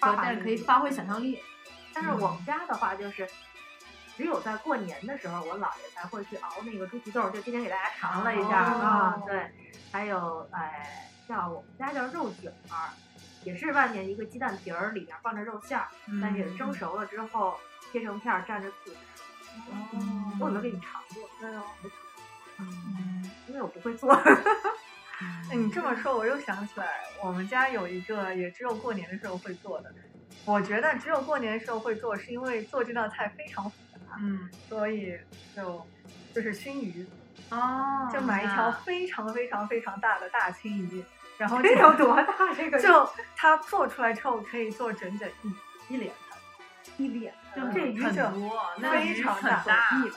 S2: 发
S5: 但
S2: 明
S5: 是可以发挥想象力。
S2: 但是我们家的话就是，只有在过年的时候，我姥爷才会去熬那个猪蹄冻，就今天给大家尝了一下啊、
S3: 哦
S2: 对，还有哎，叫我们家叫肉卷儿，也是外面一个鸡蛋皮儿，里面放着肉馅儿，但是也是蒸熟了之后切成片儿蘸着醋。
S3: 哦
S2: 我有没有给你尝过？嗯
S3: 真的哦
S2: 因为我不会做。
S6: 哎你这么说，我又想起来，我们家有一个也只有过年的时候会做的。我觉得只有过年的时候会做，是因为做这道菜非常复杂，
S4: 嗯，
S6: 所以就就是熏鱼，
S4: 哦，
S6: 就买一条非常非常非常大的大青鱼，然后就
S2: 这有多大？这个
S6: 就它做出来之后可以做整整一一脸盆，一脸
S4: 就
S6: 这
S4: 很
S6: 鱼
S4: 很
S6: 就
S4: 多，那个
S6: 非
S4: 鱼
S6: 常
S4: 很
S6: 大，
S4: 大，
S6: 了。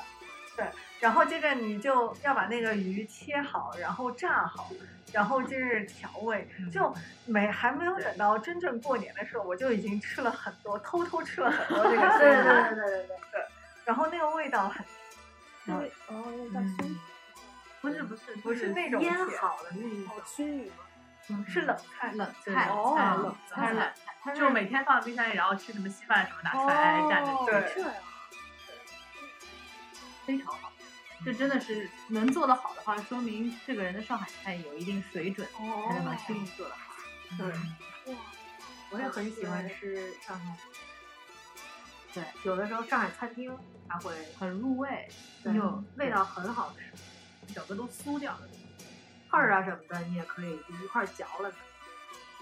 S6: 对，然后接着你就要把那个鱼切好，然后炸好，然后接着调味。
S2: 嗯
S6: 就没还没有等到真正过年的时候，我就已经吃了很多，偷偷吃了很多这个
S2: 对
S6: 东
S2: 对
S6: 西，
S2: 对对对对。
S6: 然后那个味道很
S3: 因为哦，有点像
S4: 嗯
S3: 松
S4: 不是不是
S6: 不是那种
S2: 腌
S6: 铁
S2: 好的那一种
S6: 哦，熏鱼吗？
S2: 嗯
S6: 是冷菜，
S5: 冷
S4: 对
S5: 菜，
S6: 哦
S5: 菜
S6: 冷
S5: 它是
S4: 菜
S5: 冷菜，哦它是
S4: 就每天放冰箱里，然后吃什么稀饭什么拿出来
S5: 哎
S4: 挨着蘸着
S3: 哦
S4: 吃。
S6: 对这
S5: 样，非常好。这真的是能做得好的话，说明这个人的上海菜有一定水准，才能把吃
S6: 哦，
S5: 鱼做得好。
S6: 对，
S2: 我也很喜欢吃上海。
S5: 对，
S2: 有的时候上海餐厅它会
S5: 很入味，
S2: 对
S5: 有
S2: 味道很好吃，
S4: 整个都酥掉了。
S2: 块儿啊什么的你也可以就一块儿嚼了。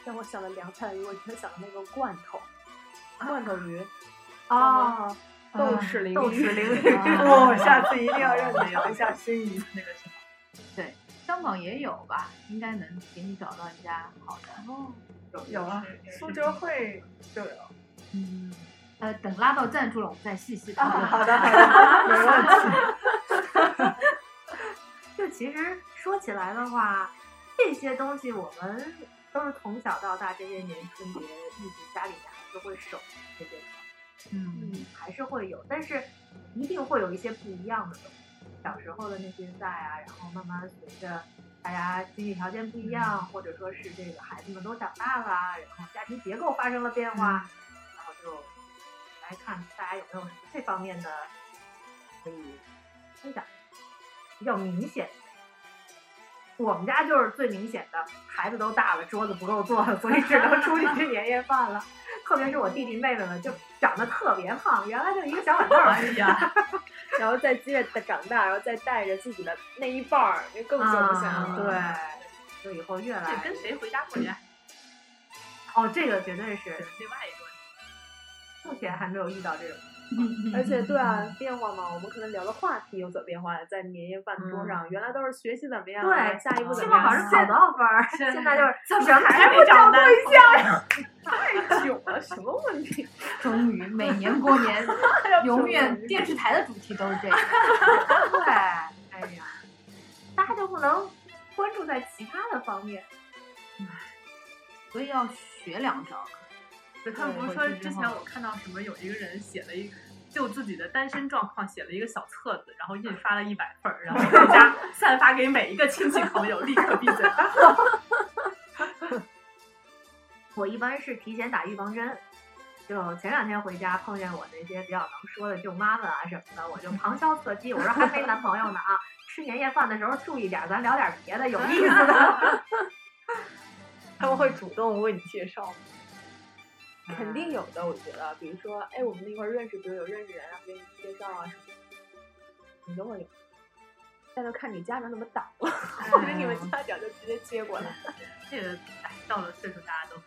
S7: 让我想到凉菜，如果你想到那个罐头，罐头鱼，
S2: 啊哦，
S7: 豆豉鲮鱼，
S2: 豆豉嗯鲮鱼，
S6: 我下次一定要让你聊一下熏鱼。
S4: 那个什么，
S5: 对，香港也有吧，应该能给你找到一家好的。
S6: 哦，有啊，苏州会就有。
S5: 嗯，呃，等拉到赞助了，我们再细细讨
S6: 啊，
S5: 论。
S6: 好的好的，没问题。
S2: 就其实说起来的话，这些东西我们都是从小到大这些年春节一直家里面还是会守这些东西，
S5: 嗯，
S2: 还是会有，但是一定会有一些不一样的东西。小时候的那些在啊，然后慢慢随着大家经济条件不一样，或者说是这个孩子们都长大了，然后家庭结构发生了变化，然后就来看大家有没有这方面的可以分享比较明显的。我们家就是最明显的，孩子都大了，桌子不够坐了，所以只能出去 吃年夜饭了。特别是我弟弟妹妹们，就长得特别胖，原来就一个小板 凳儿
S4: 哎呀，
S7: 然后再接着长大，然后再带着自己的那一半儿，就更坐不下了。
S2: 啊对，就以后越来
S4: 这跟谁回家过年还
S2: 哦，这个绝对是
S4: 是另外一个问题。
S2: 目前还没有遇到这种。
S7: 而且对啊，变化嘛，我们可能聊的话题有所变化，在年夜饭桌上，原来都是学习怎么样，啊
S2: 对
S7: 下一步
S2: 期
S7: 怎
S2: 末
S7: 么
S2: 考
S7: 样，啊
S2: 试考多少分儿？
S4: 是
S2: 现在就是
S4: 怎
S2: 么还
S4: 没长大？
S7: 太久 了，什么问题？
S5: 终于每年过 年，永远电视台的主题都是这个。
S2: 对，哎呀，大家就不能关注在其他的方面？
S5: 所以要学两招。
S4: 对他们不是说之前我看到什么有一个人写了一就自己的单身状况写了一个小册子，然后印刷了一百份儿，然后回 家散发给每一个亲戚朋友，立刻闭嘴。
S2: 我一般是提前打预防针。就前两天回家碰见我那些比较能说的舅妈们啊什么的，我就旁敲侧击，我说还没男朋友呢啊，吃年夜饭的时候注意点儿，咱聊点儿别的有意思的。
S7: 他们会主动为你介绍吗？
S2: 嗯
S7: 肯定有的，我觉得，比如说，哎，我们那块儿认识，比如有认识人啊，给你介绍啊什么的，你都会有。但就看你家长怎么挡了，我觉得你们家长就直接接过来。
S4: 这个哎，到了岁数大家都会。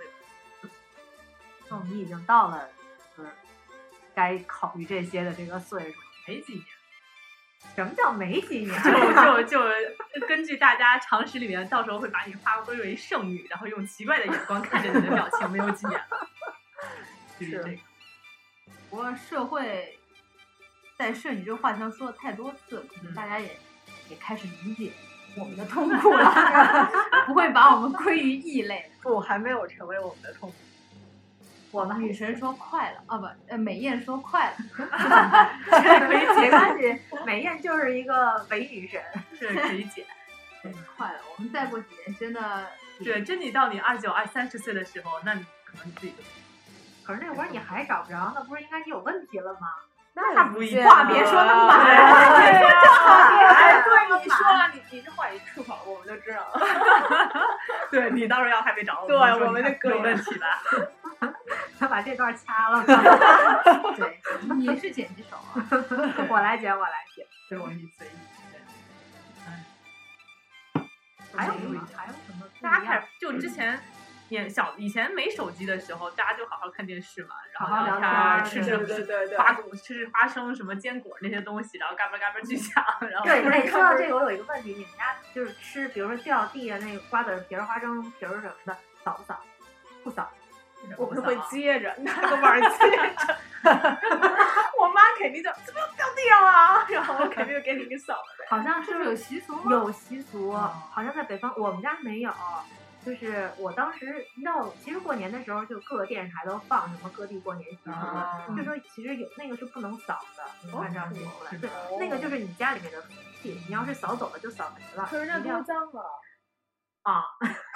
S2: 那我们已经到了就是该考虑这些的这个岁数。
S4: 没几年，
S2: 什么叫没几年？
S4: 就就就根据大家常识里面，到时候会把你划归为剩女，然后用奇怪的眼光看着你的表情，没有几年了。就是这个。
S5: 不过社会在剩女这个话题上说了太多次了，可能大家也也开始理解我们的痛苦了， 不会把我们归于异类。
S6: 不，还没有成为我们的痛苦。
S5: 我们女神说快了啊，不，呃，美艳说快了，
S2: 可以没关系，美艳就是一个伪女神。
S4: 这可以解。
S5: 对，快了。我们再过几年真的
S4: 对，真你到你二九、二三十岁的时候，那你可能自己就
S2: 可是那会儿你还找不着，那不是应该你有问题了吗？
S7: 那
S4: 不一
S7: 见
S4: 话
S7: 了
S4: 别说那么满。
S7: 对呀、
S2: 哎
S7: 对，你说了，你你这话一出口，我们就知道了。
S4: 对你到时候要还没找我，
S7: 对
S4: 说
S7: 我们
S4: 你
S7: 就
S4: 有
S7: 膈应
S4: 问题吧？
S2: 他把这段掐了吧，
S5: 对，你是剪辑手啊，
S2: 我来剪，我来剪。
S4: 对，我你随意。对
S2: 还有
S4: 没
S2: 什
S4: 有
S2: 么
S4: 意？见
S2: 还有什么不一
S4: 大家开
S2: 样？
S4: 始就之前也小以前没手机的时候，大家就好好看电视嘛，然
S2: 好
S4: 后
S2: 好
S4: 聊
S2: 聊
S4: 天
S2: 天
S4: 儿，
S7: 对
S2: 儿
S4: 吃吃
S7: 对对对，
S4: 花果吃吃花生什么坚果那些东西，然后嘎巴嘎巴去想，然 后
S2: 对，哎，说到这个，我有一个问题，你们家就是吃，比如说掉地啊，那个瓜子皮儿、花生皮儿什么的，扫不扫？不扫。
S7: 我
S4: 不
S7: 们会
S4: 想
S7: 接 着拿个碗儿接 着。我妈肯定就怎么掉掉啊， 然后肯定就给你给扫了呗。
S2: 好像
S5: 是不
S2: 是
S5: 是有习俗吗？
S2: 有习俗，
S4: 哦
S2: 好像在北方，我们家没有。就是我当时，你知道，其实过年的时候，就各个电视台都放什么各地过年习
S4: 嗯
S2: 俗的，就说其实有那个是不能扫的，你按照写出来，对，
S3: 哦
S2: 那个嗯哦就是你家里面的福气，你要是扫走了就扫没了。
S3: 可是那
S2: 一定要
S3: 多脏啊！
S2: 啊，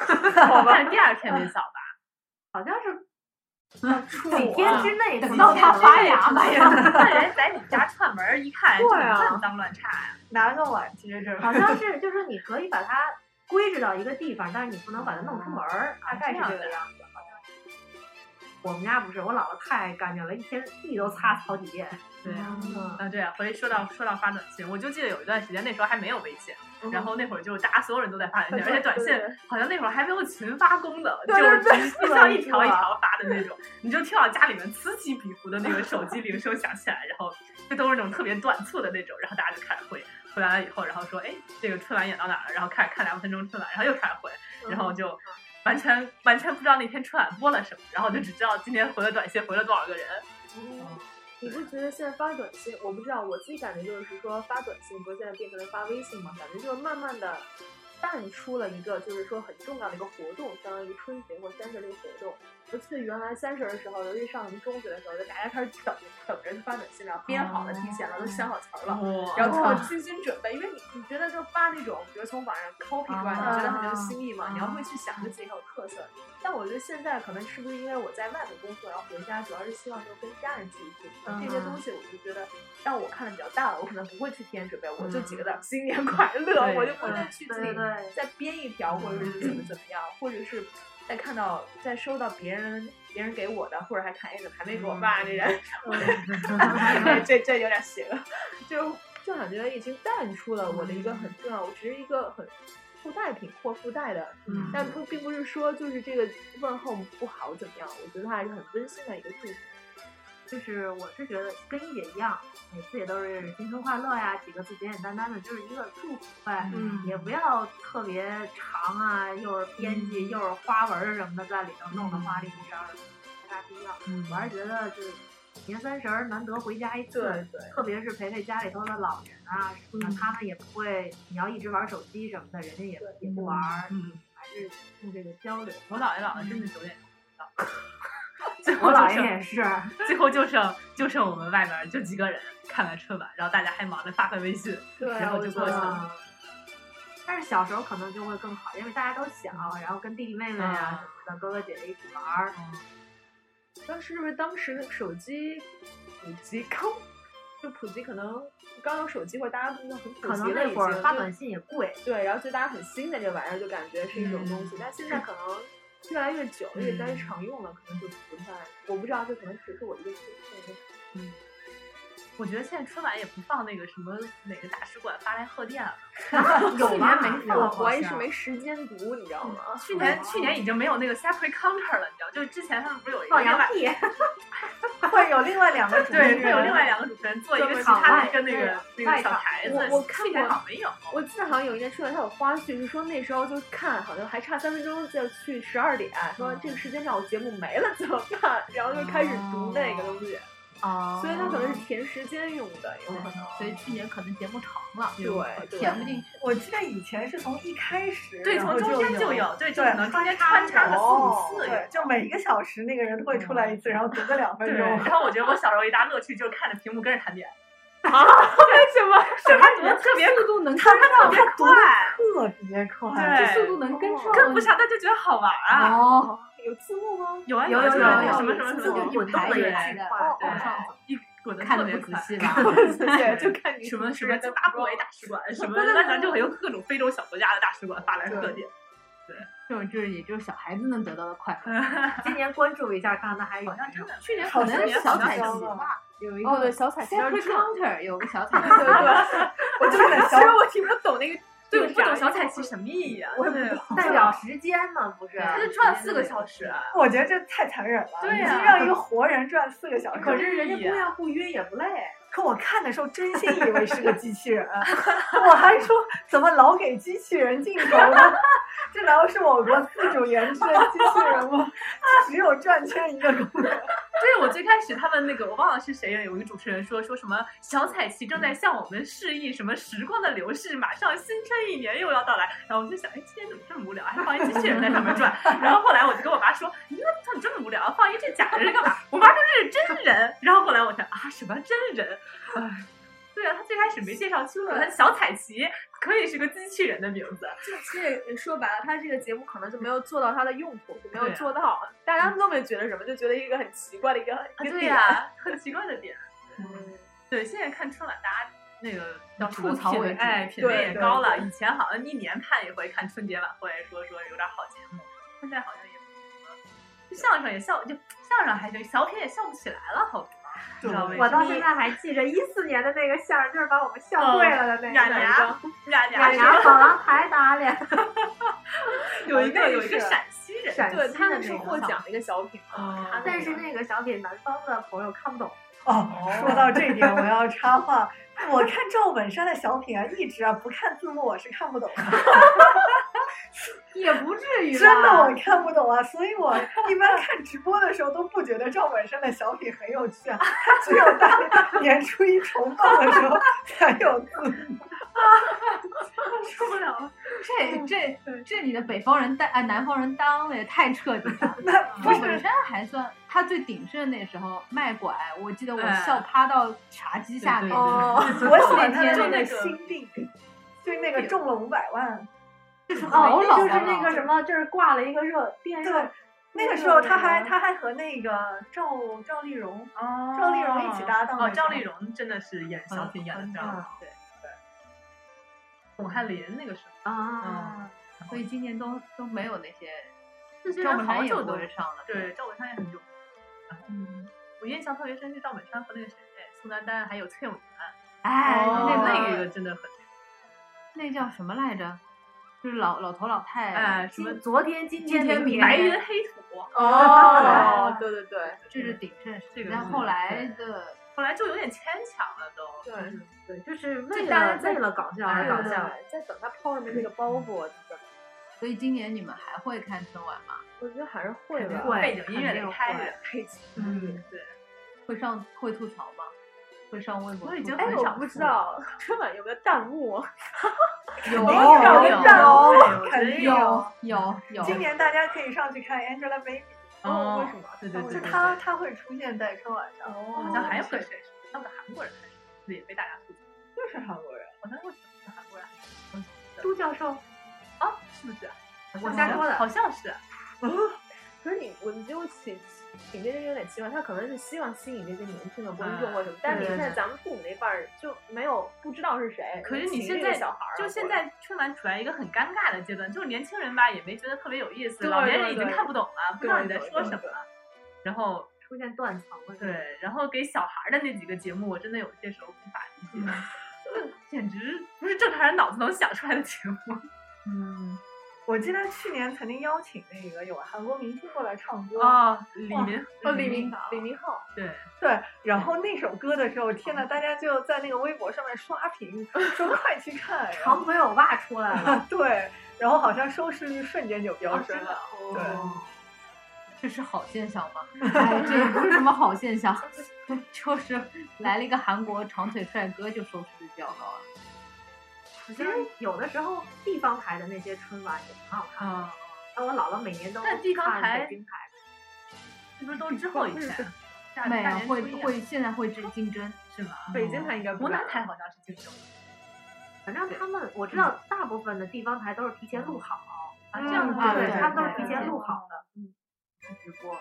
S4: 但是第二天没扫吧？
S2: 好像 是
S5: 几
S2: 几天之内
S5: 等到它发芽吧，
S4: 那人哎在你家串门儿一看，就
S6: 对啊
S4: 乱脏乱差呀。
S6: 拿个碗接 着。
S2: 好像是就是说你可以把它归置到一个地方，但是你不能把它弄出门儿，大概是哦这个样子。好像是我们家不是，我姥姥太干净了，一天地都擦好几遍。
S4: 对啊，
S2: 嗯，
S4: 啊对啊。回说到说到发短信，我就记得有一段时间，那时候还没有微信，
S6: 嗯
S4: 然后那会儿就大家所有人都在发 短信，而且短信好像那会儿还没有群发功能，就
S6: 对对
S4: 是一条一条一条发的那种，你就听到家里面此起彼伏的那个手机铃声响起来，然后这都是那种特别短促的那种，然后大家就开始回，回完了以后，然后说，哎，这个春晚演到哪儿了？然后开始看两分钟春晚，然后又开始回，
S6: 嗯
S4: 然后就完全完全不知道那天春晚播了什么，然后就只知道今天回了短信回了多少个人，
S3: 你不觉得现在发短信，我不知道，我自己感觉就是说发短信，不是现在变成了发微信吗？感觉就是慢慢的淡出了一个就是说很重要的一个活动，相当于春节或三十这个活动。我记得原来三十的时候，尤其上中学的时候，就大家开始等等着发短信，然后编好了，提前了，都想好词儿了。然后
S2: 哦
S3: 特精心准备，因为你你觉得就发那种，比如从网上 copy 过来，你觉得很
S2: 啊
S3: 有新意嘛，你要会去想着自己很有特色。但我觉得现在可能是不是因为我在外面工作，然后回家主要是希望就是跟家人聚一聚，这些
S2: 嗯
S3: 东西我就觉得让我看的比较淡了，我可能不会去提前准备，我就几个字儿新年快乐，我就不会去自
S2: 嗯对对
S3: 己
S2: 对。
S3: 再编一条，或者是怎么
S2: 嗯
S3: 怎么样，或者是再看到再收到别人别人给我的，或者还看哎怎么还没给我发这人，
S2: 嗯
S3: 这 这这有点邪恶，就就感觉已经淡出了我的一个很重要，我只是一个很附带品或附带的，
S4: 嗯
S3: 但不并不是说就是这个问候不好怎么样，我觉得它还是很温馨的一个祝福。
S2: 就是我是觉得跟一姐一样，每次也都是新春快乐呀，几个字简简单单的，就是一个祝福呗，
S6: 嗯
S2: 也不要特别长啊，又是编辑、又是花纹儿什么的在里头弄得花里胡哨的，没啥必要。我还是觉得就是年三十儿难得回家一次，
S3: 对，
S2: 特别是陪陪家里头的老人啊什么的，他们也不会，你要一直玩手机什么的，人家也也不玩儿，
S4: 嗯。
S2: 还是用这个交流。
S4: 我姥爷姥姥真的九点钟睡觉，最后
S2: 我姥爷
S4: 就剩
S2: 也是，
S4: 最后就剩就剩我们外面就几个人看完春晚，然后大家还忙着发发微信，
S3: 对
S4: 然后就过去了。
S2: 嗯但是小时候可能就会更好，因为大家都小，然后跟弟弟妹妹啊什么的，哥哥姐姐一起玩儿。
S3: 当时是不是当时的手机普及刚就普及，可能刚有手机或者大家都很普
S2: 可能
S3: 及了
S2: 那
S3: 已
S2: 会儿
S3: 经
S2: 发
S3: 就
S2: 短信也贵，
S3: 对，然后就大家很新的这玩意儿，就感觉是一种东
S4: 嗯
S3: 西，但现在可能越来越久，越来越常用了，可能就不太，我不知道，这可能只是我一个这
S4: 我觉得现在春晚也不放那个什么哪个大使馆发来贺电了，
S2: 有吗？没
S3: 个，我
S2: 有，
S3: 怀疑是没时间读，你知道吗？
S4: 嗯去年去年已经没有那个 separate counter 了，你知道，就是之前他们不是有一个
S2: 放
S4: 另
S2: 羊
S4: 外
S2: 屁，
S6: 会有另外两个主持
S4: 对
S6: 人，
S4: 会有另外两个主持人做一个其
S2: 专门
S4: 他的
S2: 场
S4: 一个那个那个小台子，
S3: 我我看
S4: 去年
S3: 过
S4: 好像没有。
S3: 我记得好像有一年春晚，它有花絮，是说那时候就看，好像还差三分钟就要去十二点，说这个时间上我节目没了怎么办？然后就开始读那个东西，
S5: 哦
S3: 所以它可能是填时间用的，有可能。
S4: 嗯
S5: 所以去年可能节目长了，
S3: 对对
S5: 填不进去。
S6: 我记得以前是从一开始，
S4: 对，
S6: 然后
S4: 从中间就
S6: 就
S4: 有，哦对，就
S6: 对哦
S4: 可能中间穿插个四五次有。
S6: 对，就每一个小时那个人都会出
S4: 嗯
S6: 来一次，然后读个两分
S4: 对，
S6: 钟。
S4: 然后我觉得我小时候一大乐趣就是看着屏幕跟着弹点，
S3: 什么？
S4: 什么读的特别
S5: 速度能
S4: 他特别
S6: 读得
S4: 快，
S6: 特别快，
S4: 对，
S5: 速度能跟上，
S4: 跟不上，但就觉得好玩啊。
S5: 哦，
S3: 有字幕吗？
S4: 有啊
S2: 有
S4: 啊
S2: 有
S4: 有啊
S2: 有
S4: 什么
S2: 有
S4: 什么什么
S2: 字幕
S4: 滚动
S5: 排
S4: 的哦
S5: 也
S4: 也
S5: 是的，
S4: 对
S5: 往上走，
S4: 一滚的
S5: 看
S4: 特
S5: 的
S4: 别
S5: 不仔
S4: 快。
S5: 细了。
S3: 对，就看你
S4: 哦什 么什
S3: 是
S4: 么津巴布韦大使馆，什么乱七八糟，有各种非洲小国家的大使馆发来贺电。
S5: 这种就是也就是小孩子能得到的快乐，
S2: 今年关注一下，看看他还有
S4: 好像真的，
S5: 去年
S6: 好
S5: 可能
S6: 像
S5: 是小
S6: 好像
S5: 彩旗
S6: 有了
S5: 吧，有一
S3: 哦，对，
S5: 个
S3: 小彩旗
S5: separate counter 有个小彩旗，
S3: 对对。
S6: 我就是在
S3: 其
S6: 想
S3: 实我挺不懂那个，
S4: 对，我不懂小彩旗什么意义啊？
S3: 我也不
S4: 对，
S2: 代表时间嘛，不是？
S4: 他就转四个小时，
S6: 我觉得这太残忍了，
S4: 对
S6: 你
S4: 呀
S6: 就让一个活人转四个小时，
S4: 可是人家
S2: 姑娘不约也不累，
S6: 可我看的时候真心以为是个机器 人，我还说怎么老给机器人镜头呢？这难道是我国自主研制的机器人吗？只有转圈一个功能。
S4: 就是我最开始他们那个我忘了是谁了，啊有一个主持人说说什么小彩旗正在向我们示意什么时光的流逝，马上新春一年又要到来。然后我就想，哎，今天怎么这么无聊，还放一机器人在上面转？然后后来我就跟我爸说，你们怎么这么无聊，放一这假人干嘛？我妈说这是真人。然后后来我想啊，什么真人？哎，对啊，他最开始没介绍清楚，他小彩旗可以是个机器人的名字。
S3: 这说白了，他这个节目可能就没有做到它的用途，就没有
S4: 对啊
S3: 做到，大家都没觉得什么，就觉得一个很奇怪的一个
S2: 啊
S3: 一个
S4: 啊对
S3: 点
S4: 呀、很奇怪的点。对，现在看春晚，大家那个叫什么
S5: 吐槽
S4: 品
S5: 为
S4: 味
S5: 主
S4: 哎，品味
S3: 对
S4: 也
S3: 对
S4: 高了。以前好像一年盼一回看春节晚会，说说有点好节目，现在好像也没什么。就相声也笑，就相声还行，小品也笑不起来了，好多。不知道
S2: 我
S4: 为什么
S2: 到现在还记着一四年的那个相声，就是把我们笑跪了的那
S4: 雅
S2: 个。
S4: 牙，雅
S2: 雅
S4: 牙
S2: 牙跑廊台打脸，
S4: 有一
S6: 哦
S4: 个
S6: 那
S4: 有一个
S6: 是
S4: 陕西人，
S2: 陕
S3: 对，
S2: 西
S3: 他
S2: 的
S3: 们是
S2: 那
S3: 获
S2: 个。
S3: 奖的一个小品嘛，
S4: 哦
S2: 但是那个小品，南方的朋友看不懂。
S6: 哦，说到这一点，我要插话。我看赵本山的小品啊，一直啊不看字幕我是看不懂的，
S5: 也不至于吧
S6: 真的我看不懂啊，所以我一般看直播的时候都不觉得赵本山的小品很有趣啊，他只有在年初一重放的时候才有字幕。
S4: 受不了了。
S6: 嗯
S5: 这这这你的北方人当啊南方人当的也太彻底了。
S6: 那不
S5: 赵本
S6: 是
S5: 山还算他最鼎盛那时候卖拐，我记得我
S4: 哎
S5: 笑趴到茶几下面。
S4: 对对
S5: 哦
S4: 对
S6: 我喜欢他的
S4: 就
S6: 那
S4: 那
S6: 个
S4: 个
S6: 心病，就那个中了五百万，
S5: 就是
S2: 哦
S5: 好，老
S2: 就
S5: 的
S2: 是那个
S5: 了
S2: 什么，就是挂了一个热电
S6: 对
S2: 热。，
S6: 那个时候他还他还和那个赵赵丽蓉
S4: 哦
S6: 赵丽蓉一起搭档的
S4: 哦，
S6: 时候
S4: 赵丽蓉真的是演小品演的非常
S6: 嗯
S4: 好，对对。巩汉林那个时候。
S2: 啊，
S4: 嗯，
S5: 所以今年都都没有那些
S4: 这些
S5: 赵
S4: 人
S5: 本
S4: 好
S5: 山也
S4: 久
S5: 不
S4: 都
S5: 会上了。
S4: 对，赵本山也很久。嗯，我印象特别深是赵本山和那个谁，宋丹丹还有崔永元，
S5: 哎，那
S4: 那哦那
S5: 那
S4: 个真的很
S5: 那叫什么来着？就是老老头老太啊
S4: 哎，什么
S2: 今昨天今
S5: 今
S2: 天
S5: 天
S2: 明天
S4: 白云黑土，
S3: 哦，对对对
S5: 这是鼎盛时
S4: 这
S5: 期，
S4: 个
S5: 但
S4: 是
S5: 后来的
S4: 后来就有点牵强了都。
S3: 对
S2: 对，就是为
S3: 这大家
S2: 了
S3: 在
S2: 为了搞笑
S4: 哎
S5: 啊
S2: 而
S3: 对
S2: 搞
S3: 对
S2: 笑。
S3: 对，在等他抛什么这个包袱，
S5: 所以今年你们还会看春晚吗？
S3: 我觉得还是会吧，
S2: 会嗯
S4: 背景音乐
S2: 肯定
S4: 得开着，
S3: 配起。
S4: 嗯，对，
S5: 会上会吐槽吗？会上微博吐槽吗？
S4: 我已经
S3: 哎，
S4: 很
S3: 我
S4: 少
S3: 不
S4: 看
S3: 知道春晚有没有弹幕，啊
S5: 有
S4: 啊
S6: 肯定有
S5: 有
S6: 肯定有
S4: 对
S6: 肯定
S5: 有有有，
S6: 今年大家可以上去看 Angelababy，
S4: 哦，
S3: 为什么
S4: 对对对
S6: 就
S4: 对，对
S6: 她她会出现在春晚上，
S4: 好
S2: 哦
S3: 好
S4: 像还有个谁，那个韩国人还是也被大家吐槽，
S6: 就是韩国人。
S4: 好像为什么是韩国人还是
S2: 朱教授，
S4: 啊？是不是？
S2: 我瞎说的
S4: 好像是。
S3: 可是你，我你给我起起这有点奇怪，他可能是希望吸引这些年轻的观众
S4: 嗯
S3: 或什么，但是你
S2: 对对
S3: 看
S2: 对
S3: 咱们父母那辈儿就没有不知道是谁，
S4: 可是你
S3: 情
S4: 现
S3: 侣的
S4: 在
S3: 小孩儿啊
S4: 就现，在春晚处在一个很尴尬的阶段，就是年轻人吧也没觉得特别有意思，
S3: 对
S4: 老年人
S3: 对
S4: 已经
S3: 对
S4: 看不懂了，不知道你在说什么
S3: 对对
S4: 了。然后
S2: 出现断层了。
S4: 对，然后给小孩儿的那几个节目，我真的有些时候无法理解，这简直不是正常人脑子能想出来的节目。
S5: 嗯，
S6: 我记得去年曾经邀请那个有韩国明星过来唱歌，
S4: 哦，李明，
S3: 哦，李
S5: 明
S3: 明李明浩，
S4: 对，
S6: 对，然后那首歌的时候，天呐，大家就在那个微博上面刷屏，说快去看，然后
S2: 长腿欧巴出来了，
S6: 对，然后好像收视率瞬间就飙升了。 对
S2: 哦
S5: 这是好现象 吗？哎，这也不是什么好现象， 就是来了一个韩国长腿帅哥就收视率比较高了。
S2: 其实有的时候地方台的那些春晚也挺好看的。
S4: 啊，
S2: 但我姥姥每年都
S4: 但地方
S2: 看
S4: 台
S2: 北 京台
S4: 是不是都嗯是之后一天？下
S5: 没
S4: 下
S5: 有
S4: 年
S5: 会
S4: 初一啊
S5: 会现在会竞竞争，
S4: 是吗？
S3: 北京台应该不
S4: 湖南
S3: 敢
S4: 台好像是竞争的
S2: 反正他们我知道大部分的地方台都是提前录好，
S4: 啊，这样的
S5: 嗯
S4: 话
S5: 对
S2: 对，他们都是
S5: 对
S2: 提前
S5: 对
S2: 录好的。
S5: 直播，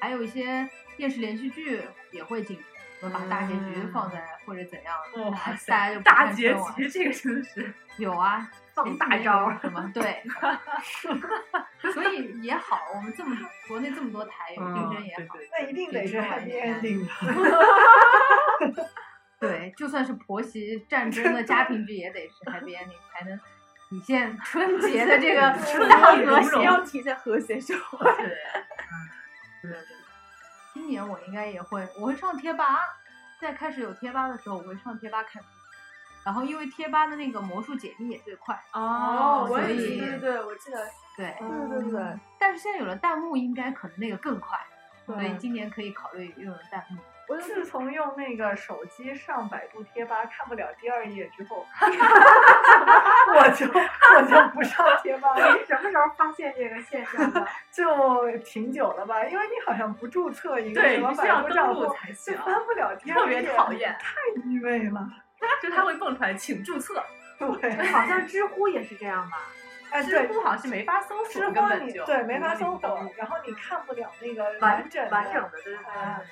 S5: 还有一些电视连续剧也会竞争，我们把大结局放在或者怎样，
S4: 嗯哇
S5: 大
S4: 塞
S5: 家就不
S4: 大
S5: 看
S4: 结
S5: 春晚
S4: 局，这个真的是。
S5: 有啊，
S2: 放大招儿
S5: 哎什么？对，所以也好，我们这么国内这么多台有竞争也
S4: 嗯对
S5: 好，
S4: 对
S6: 那一定得是 happy ending 的，
S5: 对，就算是婆媳战争的家庭剧也得是 happy ending 才能体现春节的这个 大和
S4: 融
S5: 谐
S4: 融。
S3: 要体现和谐社会。
S4: 对对，
S5: 今年我应该也会，我会上贴吧，在开始有贴吧的时候，我会上贴吧看书，然后因为贴吧的那个魔术解密也最快，
S4: 哦
S5: 所
S7: 我也
S5: 以
S7: 是，对对对，我记得，
S5: 对。
S7: 对对对对，
S5: 但是现在有了弹幕，应该可能那个更快，所以
S6: 对
S5: 今年可以考虑用弹幕。
S7: 我有
S6: 自从用那个手机上百度贴吧看不了第二页之后， 我就我就不上贴吧了，
S3: 什么时候发现这个现象的？
S6: 就挺久了吧，因为你好像不注册一个
S4: 对
S6: 什么
S4: 你是
S6: 百
S4: 要
S6: 度
S4: 登
S6: 账
S4: 录
S6: 户
S4: 才
S6: 就
S4: 行
S6: 翻不了第
S4: 特
S6: 二
S4: 别
S6: 页，
S4: 讨厌，
S6: 腻味了。
S4: 就它会蹦出来，请注册。
S6: 对，
S2: 好像知乎也是这样吧？
S6: 哎
S4: 知
S6: 对，
S4: 乎好像是没法搜索，
S6: 知
S4: 根
S6: 乎
S4: 本
S6: 你
S4: 就嗯
S6: 对没法搜
S4: 不能
S6: 索，然后你看不了那个
S2: 完
S6: 整
S2: 完整
S6: 整。
S2: 的，对对
S6: 啊
S2: 对。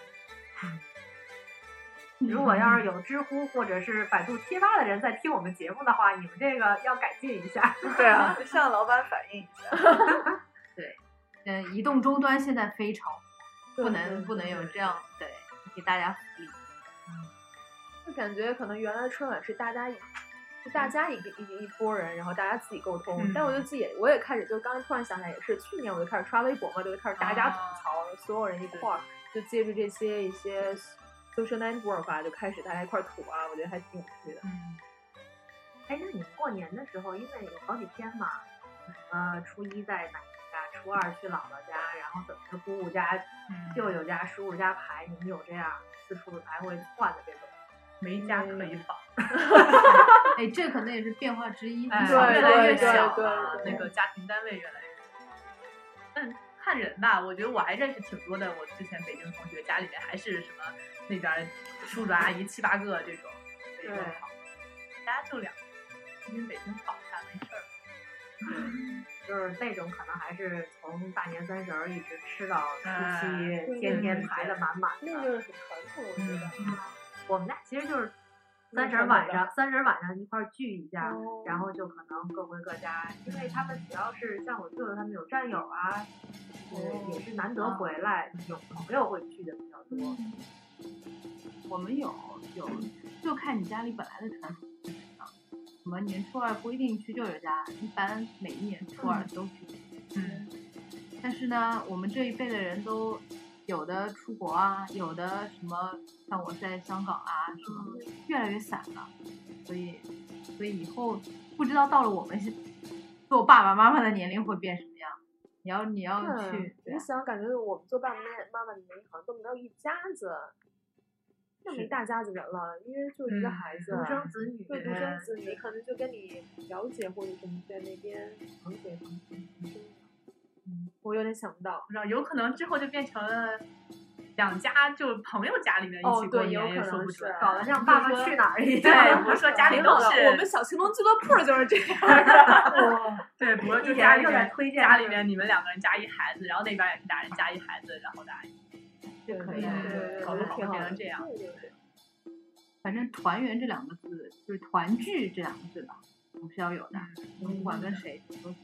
S2: 如果要是有知乎或者是百度贴吧的人在听我们节目的话，你们这个要改进一下。
S6: 对 啊，向老板反映一下。
S5: 嗯，移动终端现在非常不能不能有
S6: 对
S5: 这样对给大家福利。
S7: 就感觉可能原来春晚是大家一，就大家一个一一波人，然后大家自己沟通。
S4: 嗯
S7: 但我就自己，我也开始，就刚刚突然想起来，也是去年我就开始刷微博嘛，就开始大家吐槽，所有人一块儿就借助这些一些 social network 啊，就开始大家一块儿吐啊，我觉得还挺有趣的。
S2: 哎，那你们过年的时候，因为有好几天嘛，呃，初一在奶奶家，初二去姥姥家，然后怎么是姑姑家、
S4: 嗯
S2: 舅舅家、叔叔家排，你们有这样四处来回换的这种？
S4: 没家可以跑，
S5: 哎，这可能也是变化之一。
S4: 哎，
S7: 对
S4: 越来
S7: 对
S4: 越
S7: 对
S4: 小
S7: 对
S4: 了，
S7: 对
S4: 那个家庭单位越来越小。但看人吧，我觉得我还认识挺多的。我之前北京同学家里面还是什么那边儿叔叔阿姨七八个这种，一个
S2: 对
S4: 跑，大家就两个，因为北京跑一下没事儿。
S2: 就是那种可能还是从大年三十儿一直吃到初
S4: 哎
S2: 七，
S7: 啊对
S2: 天天
S4: 对
S2: 排
S4: 对
S2: 的满满
S7: 那
S2: 的。
S7: 就是很传统，我觉得。
S2: 我们家其实就是
S7: 那
S2: 三十
S7: 传
S2: 儿
S7: 统
S2: 晚
S7: 的
S2: 上，三十儿晚上一块儿聚一下，
S7: 哦
S2: 然后就可能各回各家，因为他们只要是像我舅舅他们有战友啊，
S7: 哦嗯
S2: 呃，也是难得回来，有朋友会去的比较多。
S5: 我们有有，就看你家里本来的传统是什么样。什么年初二不一定去舅舅家，一般每一年初二都去。
S4: 嗯，
S5: 但是呢，我们这一辈的人都有的出国啊，有的什么，像我在香港啊，什么越来越散了，所以所以以后不知道到了我们是做爸爸妈妈的年龄会变什么样。你要你要去，对
S7: 嗯你
S5: 啊
S7: 想，感觉我们做爸爸妈妈妈的年龄好像都没有一家子，这么一大家子人了，因为就一个
S4: 嗯
S7: 孩子，
S2: 独生子女，
S7: 对独生子女，可能就跟你表姐或者什么在那边堂姐堂姐，嗯，我有点想不到。
S4: 不知道，有可能之后就变成了两家，就朋友家里面一
S7: 哦
S4: 起过
S7: 对
S4: 年，
S7: 有
S4: 也
S7: 可
S4: 说
S7: 能
S4: 不
S7: 是啊
S4: 准。
S2: 搞得像爸
S4: 就
S2: 爸
S4: 说
S2: 去哪儿一
S4: 对，
S2: 样。
S4: 不是说家里
S7: 挺
S4: 都
S7: 好的
S4: 是
S7: 我们小青龙俱乐部就是这样。
S4: 对，不是
S2: 一
S4: 就
S2: 点
S4: 家
S2: 儿
S4: 里
S2: 又在
S4: 面
S2: 推荐
S4: 家
S2: 他
S4: 里
S2: 们
S4: 面你们两个人加一孩子，然后那边也是大人加一孩子，然后大家一起
S7: 对对
S5: 可以
S7: 对，
S4: 搞不好
S7: 挺
S4: 会
S7: 好
S4: 变
S7: 的
S4: 成这样。
S7: 对对对，
S5: 反正团圆这两个字，就是团聚这两个字吧，总是要有的。
S2: 嗯
S5: 不管跟谁都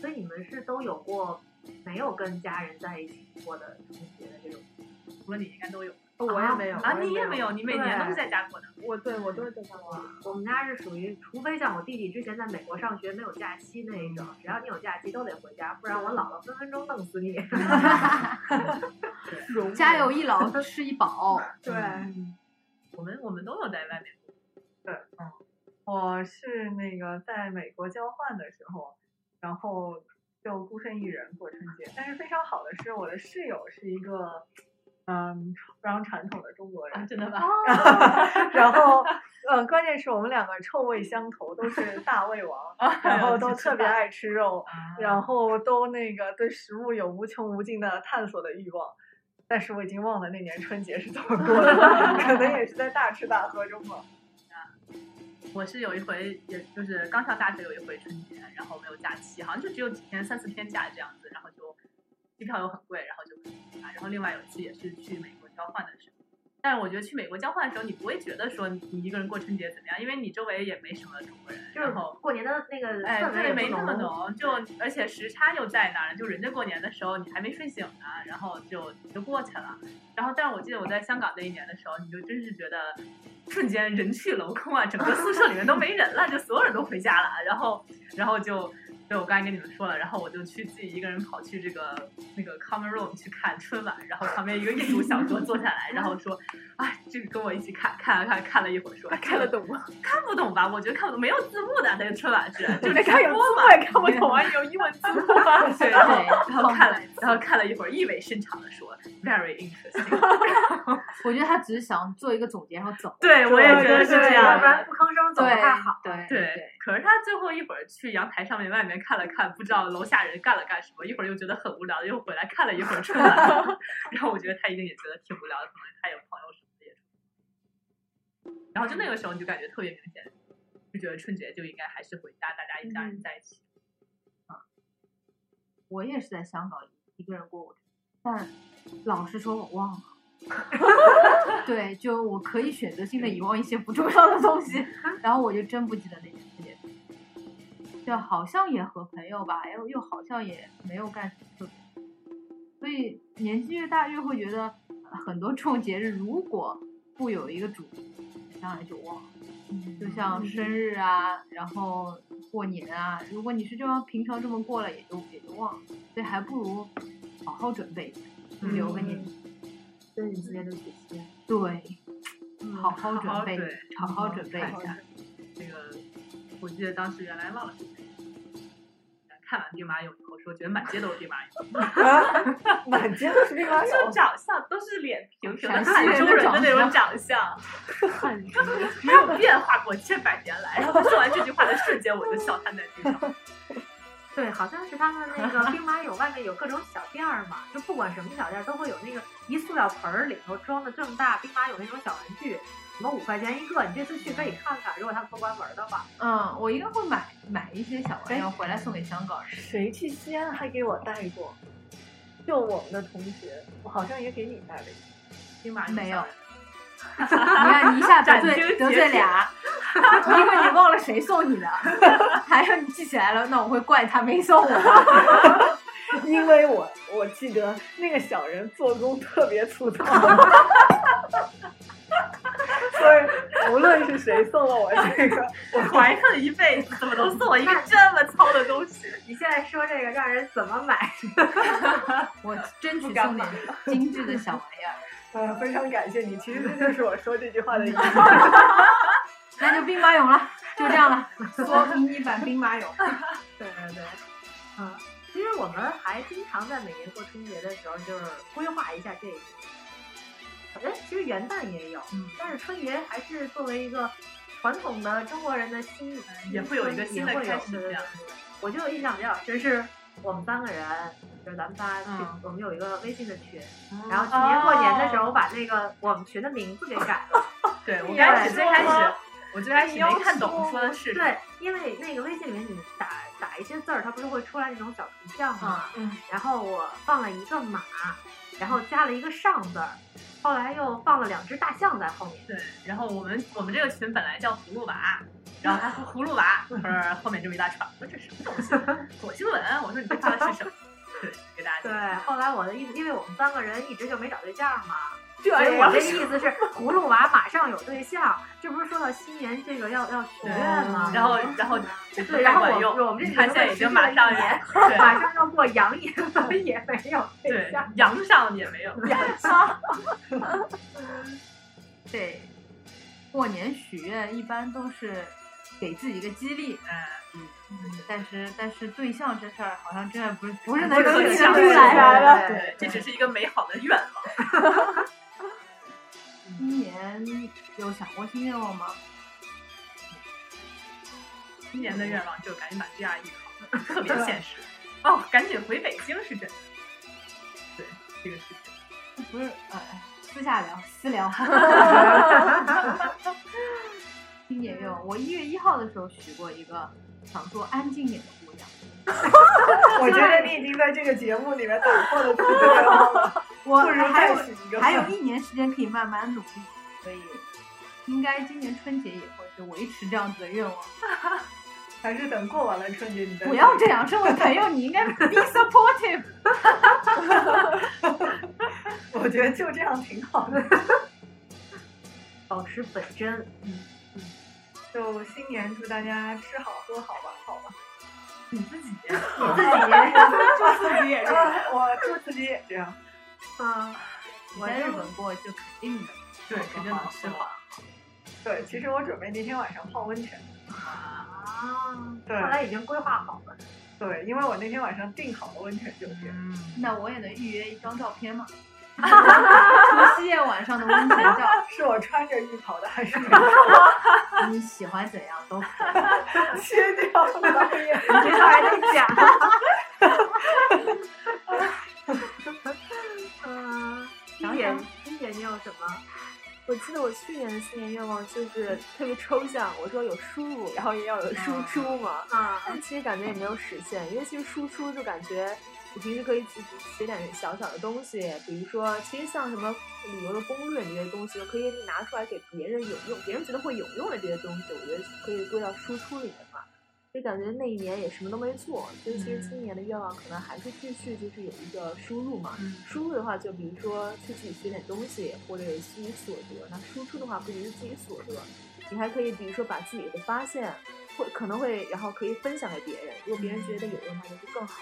S2: 所以你们是都有过没有跟家人在一起过的春节的这种？
S4: 除了你应该都有
S7: 哦我也没有
S4: 啊，
S7: 我
S4: 你也
S7: 没
S4: 没有，你每年都是在家过的。
S7: 我对我都是在家玩。
S2: 嗯我们家是属于，除非像我弟弟之前在美国上学没有假期那一种，
S7: 嗯
S2: 只要你有假期都得回家，不然我姥姥分分钟弄死你。
S5: 家有一老吃一饱，
S2: 哦
S6: 对，
S4: 我们我们都有在外面，
S6: 我是那个在美国交换的时候，然后就孤身一人过春节。但是非常好的是，我的室友是一个嗯非常传统啊的中国人，
S4: 真的吗？
S6: 然后，呃，关键是我们两个臭味相投，都是大胃 王，然后都特别爱吃肉，然后都那个对食物有无穷无尽的探索的欲望。但是我已经忘了那年春节是怎么过的，可能也是在大吃大喝中 吧。
S4: 我是有一回，也就是刚上大学有一回春节，然后没有假期，好像就只有几天，三四天假这样子，然后就机票又很贵，然后就回家。然后另外有一次也是去美国交换的时候，但是我觉得去美国交换的时候，你不会觉得说你一个人过春节怎么样，因为你周围也没什么中国人，
S2: 就是
S4: 然后。
S2: 过年的那个
S4: 哎，
S2: 氛围
S4: 对，
S2: 也
S4: 没
S2: 不
S4: 那么
S2: 浓
S4: 浓，就而且时差又在那儿，就人家过年的时候你还没睡醒呢，然后就就过去了。然后，但是我记得我在香港那一年的时候，你就真是觉得瞬间人去楼空啊，整个宿舍里面都没人了，就所有人都回家了。然后，然后就对我刚才跟你们说了，然后我就去自己一个人跑去这个那个 common room 去看春晚，然后旁边一个印度小哥坐下来，然后说：“哎，这个跟我一起看看啊看看了一会儿说，说
S3: 看得懂吗？
S4: 看不懂吧？我觉得看不懂，没有字幕的那个春晚是， 就
S3: 就是是看有
S4: 播
S3: 字
S4: 嘛
S3: 幕也 看不懂啊，有英文字幕啊。
S4: 对，然后 然后 看了，然后看了一会儿，意味深长的说，very interesting。
S5: 我觉得他只是想做一个总结，然后走。
S4: 对，我也觉得
S6: 对
S4: 是这
S6: 对对
S2: 要
S4: 样
S2: 啊不
S4: 的。
S2: 然不吭声走
S5: 对
S2: 不太好。，
S5: 对
S4: 对，可是他最后一会儿去阳台上面外面看了看，不知道楼下人干了干什么，一会儿又觉得很无聊，又回来看了一会儿春 晚，然后我觉得他一定也觉得挺无聊的，可能他有朋友什么的也。然后就那个时候你就感觉特别明显，就觉得春节就应该还是回家，大家一
S3: 嗯
S4: 家人在一起。
S5: 我也是在香港一个人过我的，但老实说，我忘了。对，就我可以选择性的遗忘一些不重要的东西，然后我就真不记得那件事情。就好像也和朋友吧，又又好像也没有干什么特别。所以年纪越大，越会觉得呃很多这种节日，如果不有一个主题，上来就忘了。就像生日啊，然后过年啊，如果你是这样平常这么过了，也就也就忘了，所以还不如好好准备，留个年底。
S2: 所以你今天就许仙。
S5: 对，好嗯好
S4: 好好
S5: 准备
S4: 对，
S5: 好好准备
S4: 看
S5: 一
S4: 一
S5: 下
S4: 下。这个，我记得当时原来忘了是谁，看完《兵马俑》以后说，觉得满街都是兵马俑，
S6: 啊满街都是兵马
S4: 就
S6: 俑，
S4: 长相都是脸平平的
S5: 陕西
S4: 汉
S5: 人的
S4: 中人的
S5: 长
S4: 那种
S5: 相
S4: 长相，没有变化过千百年来。然后他说完这句话的瞬间，我就笑瘫在地上。
S2: 对，好像是他们那个兵马俑外面有各种小店儿嘛，就不管什么小店儿都会有那个一塑料盆儿里头装的正大兵马俑那种小玩具，什么五块钱一个，你这次去可以看看，如果他们不关门儿的话。
S5: 嗯，我应该会买买一些小玩意儿回来送给香港人。
S6: 谁去西安还给我带过？就我们的同学，我好像也给你带了一个。
S4: 兵马俑
S5: 没有
S4: 上
S5: 你看，你一下得
S4: 斩钉截
S5: 罪
S4: 铁
S5: 得罪 俩，一个你忘了谁送你的，还有你记起来了，那我会怪他没送我。
S6: 因为我我记得那个小人做工特别粗 糙，所以无论是谁送 了我这个，
S4: 我怀恨一辈子，怎么能送我一个这么糙的东西？
S2: 你现在说这个让人怎么买？
S5: 我争取
S2: 不敢
S5: 送点 精致的小玩意 儿。
S6: 呃，非常感谢你。其实这就是我说这句 话的意思。
S5: 那就兵马俑了，就这样了，说迷你版兵马俑。
S2: 对对对，嗯，其实我们还经常在每年过春节的时候，就是规划一下这一年。哎，其实元旦也有，
S4: 嗯
S2: 但是春节还是作为一个传统的中国人的新
S4: 也会有一个新的开始
S2: 也会有
S4: 这样
S2: 对对对我就印象比较深是，我们三个人，就是咱们仨去，
S4: 嗯
S2: 我们有一个微信的群，然后去年过年的时候，
S4: 哦
S2: 我把那个我们群的名字给改了。
S4: 对我
S6: 你
S4: 刚
S6: 要
S4: 开始最
S6: 说
S4: 开始
S6: 吗，
S4: 我最开始
S6: 你
S4: 没
S6: 要
S4: 看懂，
S6: 说
S4: 说的是
S2: 对，因为那个微信里面你打打一些字儿，它不是会出来那种小图像吗？
S4: 啊
S6: 嗯，
S2: 然后我放了一个马，然后加了一个上字儿，后来又放了两只大象在后面。
S4: 对，然后我们我们这个群本来叫葫芦娃，然后他
S6: 啊
S4: 说葫芦娃，不是后面这么一大串，我说这什么东西？火星文，我说你这发的是什么？对，给大家
S2: 对
S4: 讲。，
S2: 后来我的意思，因为我们三个人一直就没找对象嘛，
S6: 这
S4: 哎
S2: 所以我
S6: 样
S2: 的意 思是葫芦娃马上有对象，这不是说到新年这个要要许
S4: 对
S2: 愿吗？
S4: 嗯然后，然后
S2: 对，然后
S4: 管
S2: 我
S4: 用
S2: 们我们这
S4: 他现在已经马上
S2: 年，
S4: 对
S2: 马上要过羊年了，也没有对
S4: 对
S2: 象。
S4: 羊上也没有，
S5: 对，过年许愿一般都是给自己一个激励，嗯但是但是对象这事儿好像真的不是不是能
S4: 不能
S5: 提
S4: 想
S5: 出
S4: 出
S5: 来
S6: 来
S5: 的。
S6: 的
S4: 对对，这只是一个美好的愿望。
S5: 今年有想过新愿望吗？
S4: 今年的愿望就赶紧把 GRE 考了，特别现实。哦，赶紧回北京是真的。对，这个事情。
S5: 不是，呃，私下聊，私 聊。今年愿望，我一月一号的时候许过一个，想做安静点的姑娘。
S6: 我觉得你已经在这个节目里面打破了自己的愿望了，
S5: 我
S6: 不如
S5: 还有
S6: 再许一个吧。
S5: 还有一年时间可以慢慢努力，所以应该今年春节也会是维持这样子的愿望。
S6: 还是等过完了春节你再
S5: 不要这样，身为朋友你应 该 be supportive。
S6: 我觉得就这样挺好的。
S2: 保持本真，
S6: 就新年祝大家吃好喝好玩好吧。
S4: 你自己
S2: 自己
S6: 哎啊祝自己也这样，我祝自己也这样。
S2: 嗯，
S5: 你在日本过就肯定的，
S4: 对，肯定能吃好。
S6: 对，其实我准备那天晚上泡温泉。
S2: 啊，
S6: 对
S2: 后来已经规划好了。
S6: 对，因为我那天晚上订好了温泉酒店。
S4: 嗯，
S5: 那我也能预约一张照片 吗？除夕夜晚上的温泉照，
S6: 是我穿着浴袍的，还是
S5: 你喜欢怎样都可以。
S6: 切掉了？
S2: 你这还得讲。 哎嗯，
S5: 想
S2: 一姐
S5: 想，
S2: 一姐，你有什么？
S7: 我记得我去年的新年愿望就是特别抽象，我说有输入，然后也要有输出嘛。
S2: 啊，
S7: 但其实感觉也没有实现，因为其实输出就感觉你平时可以自己写点小小的东西，比如说，其实像什么旅游的攻略这些东西，可以拿出来给别人有用，别人觉得会有用的这些东西，我觉得可以归到输出里面嘛。就感觉那一年也什么都没做，所以其实今年的愿望可能还是继续就是有一个输入嘛。输入的话，就比如说去自己学点东西，或者有自己所得。那输出的话，不仅是自己所得，你还可以比如说把自己的发现，会可能会然后可以分享给别人，如果别人觉得有用，那就是更好。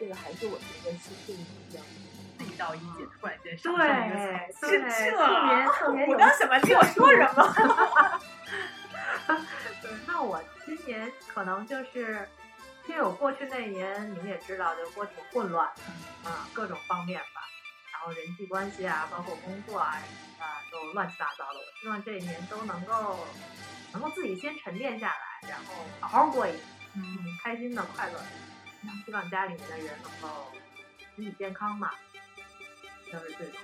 S7: 这个还是我觉得是最重要的。
S4: 自己到一姐突然间
S2: 对
S4: 上升一个层，
S2: 对，
S6: 这
S2: 特别特别有
S6: 啊我刚想来听我说什么？
S2: 对，那我今年可能就是，因为我过去那一年你们也知道，就过挺混乱的，啊、各种方面吧，然后人际关系啊，包括工作啊什么的，都乱七八糟的。我希望这一年都能够，能够自己先沉淀下来，然后好好过一年，嗯，开心的、快乐的。然后希望家里面的人能够身体健康嘛，就是这种。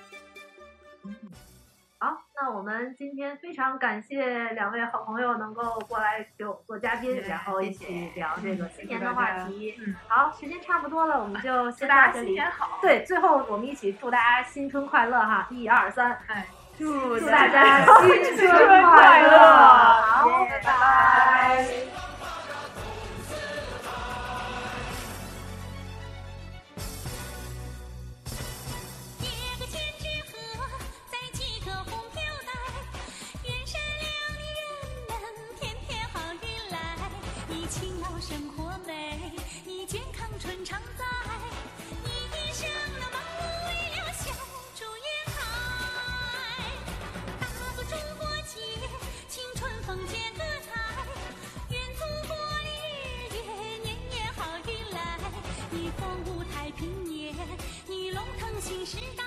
S2: 好，那我们今天非常感谢两位好朋友能够过来给我们做嘉宾，
S5: 对
S2: 然后一
S5: 谢
S2: 起
S5: 谢
S2: 聊这个新年的
S6: 大
S2: 话
S6: 家
S2: 题。
S4: 嗯
S2: 好，时间差不多了，我们就
S4: 祝
S2: 先
S4: 大
S2: 到
S4: 家
S2: 这
S4: 新
S2: 里。
S4: 年好，
S2: 对，最后我们一起祝大家新春快乐哈！一二三，
S4: 哎，
S2: 祝
S7: 大
S2: 大家新
S6: 新
S2: 春
S6: 春
S2: 快
S6: 快
S2: 乐！
S6: 乐
S2: 好，拜拜。
S8: 一个千纸鹤，载几个红飘带，远山两里人们天天好运来。你勤劳生活美，你健康春常在，你一生的忙碌为了笑逐颜开。打坐中国结，庆春风剪个彩，愿祖国的日月年年好运来。你凤舞太平年，你龙腾新时代。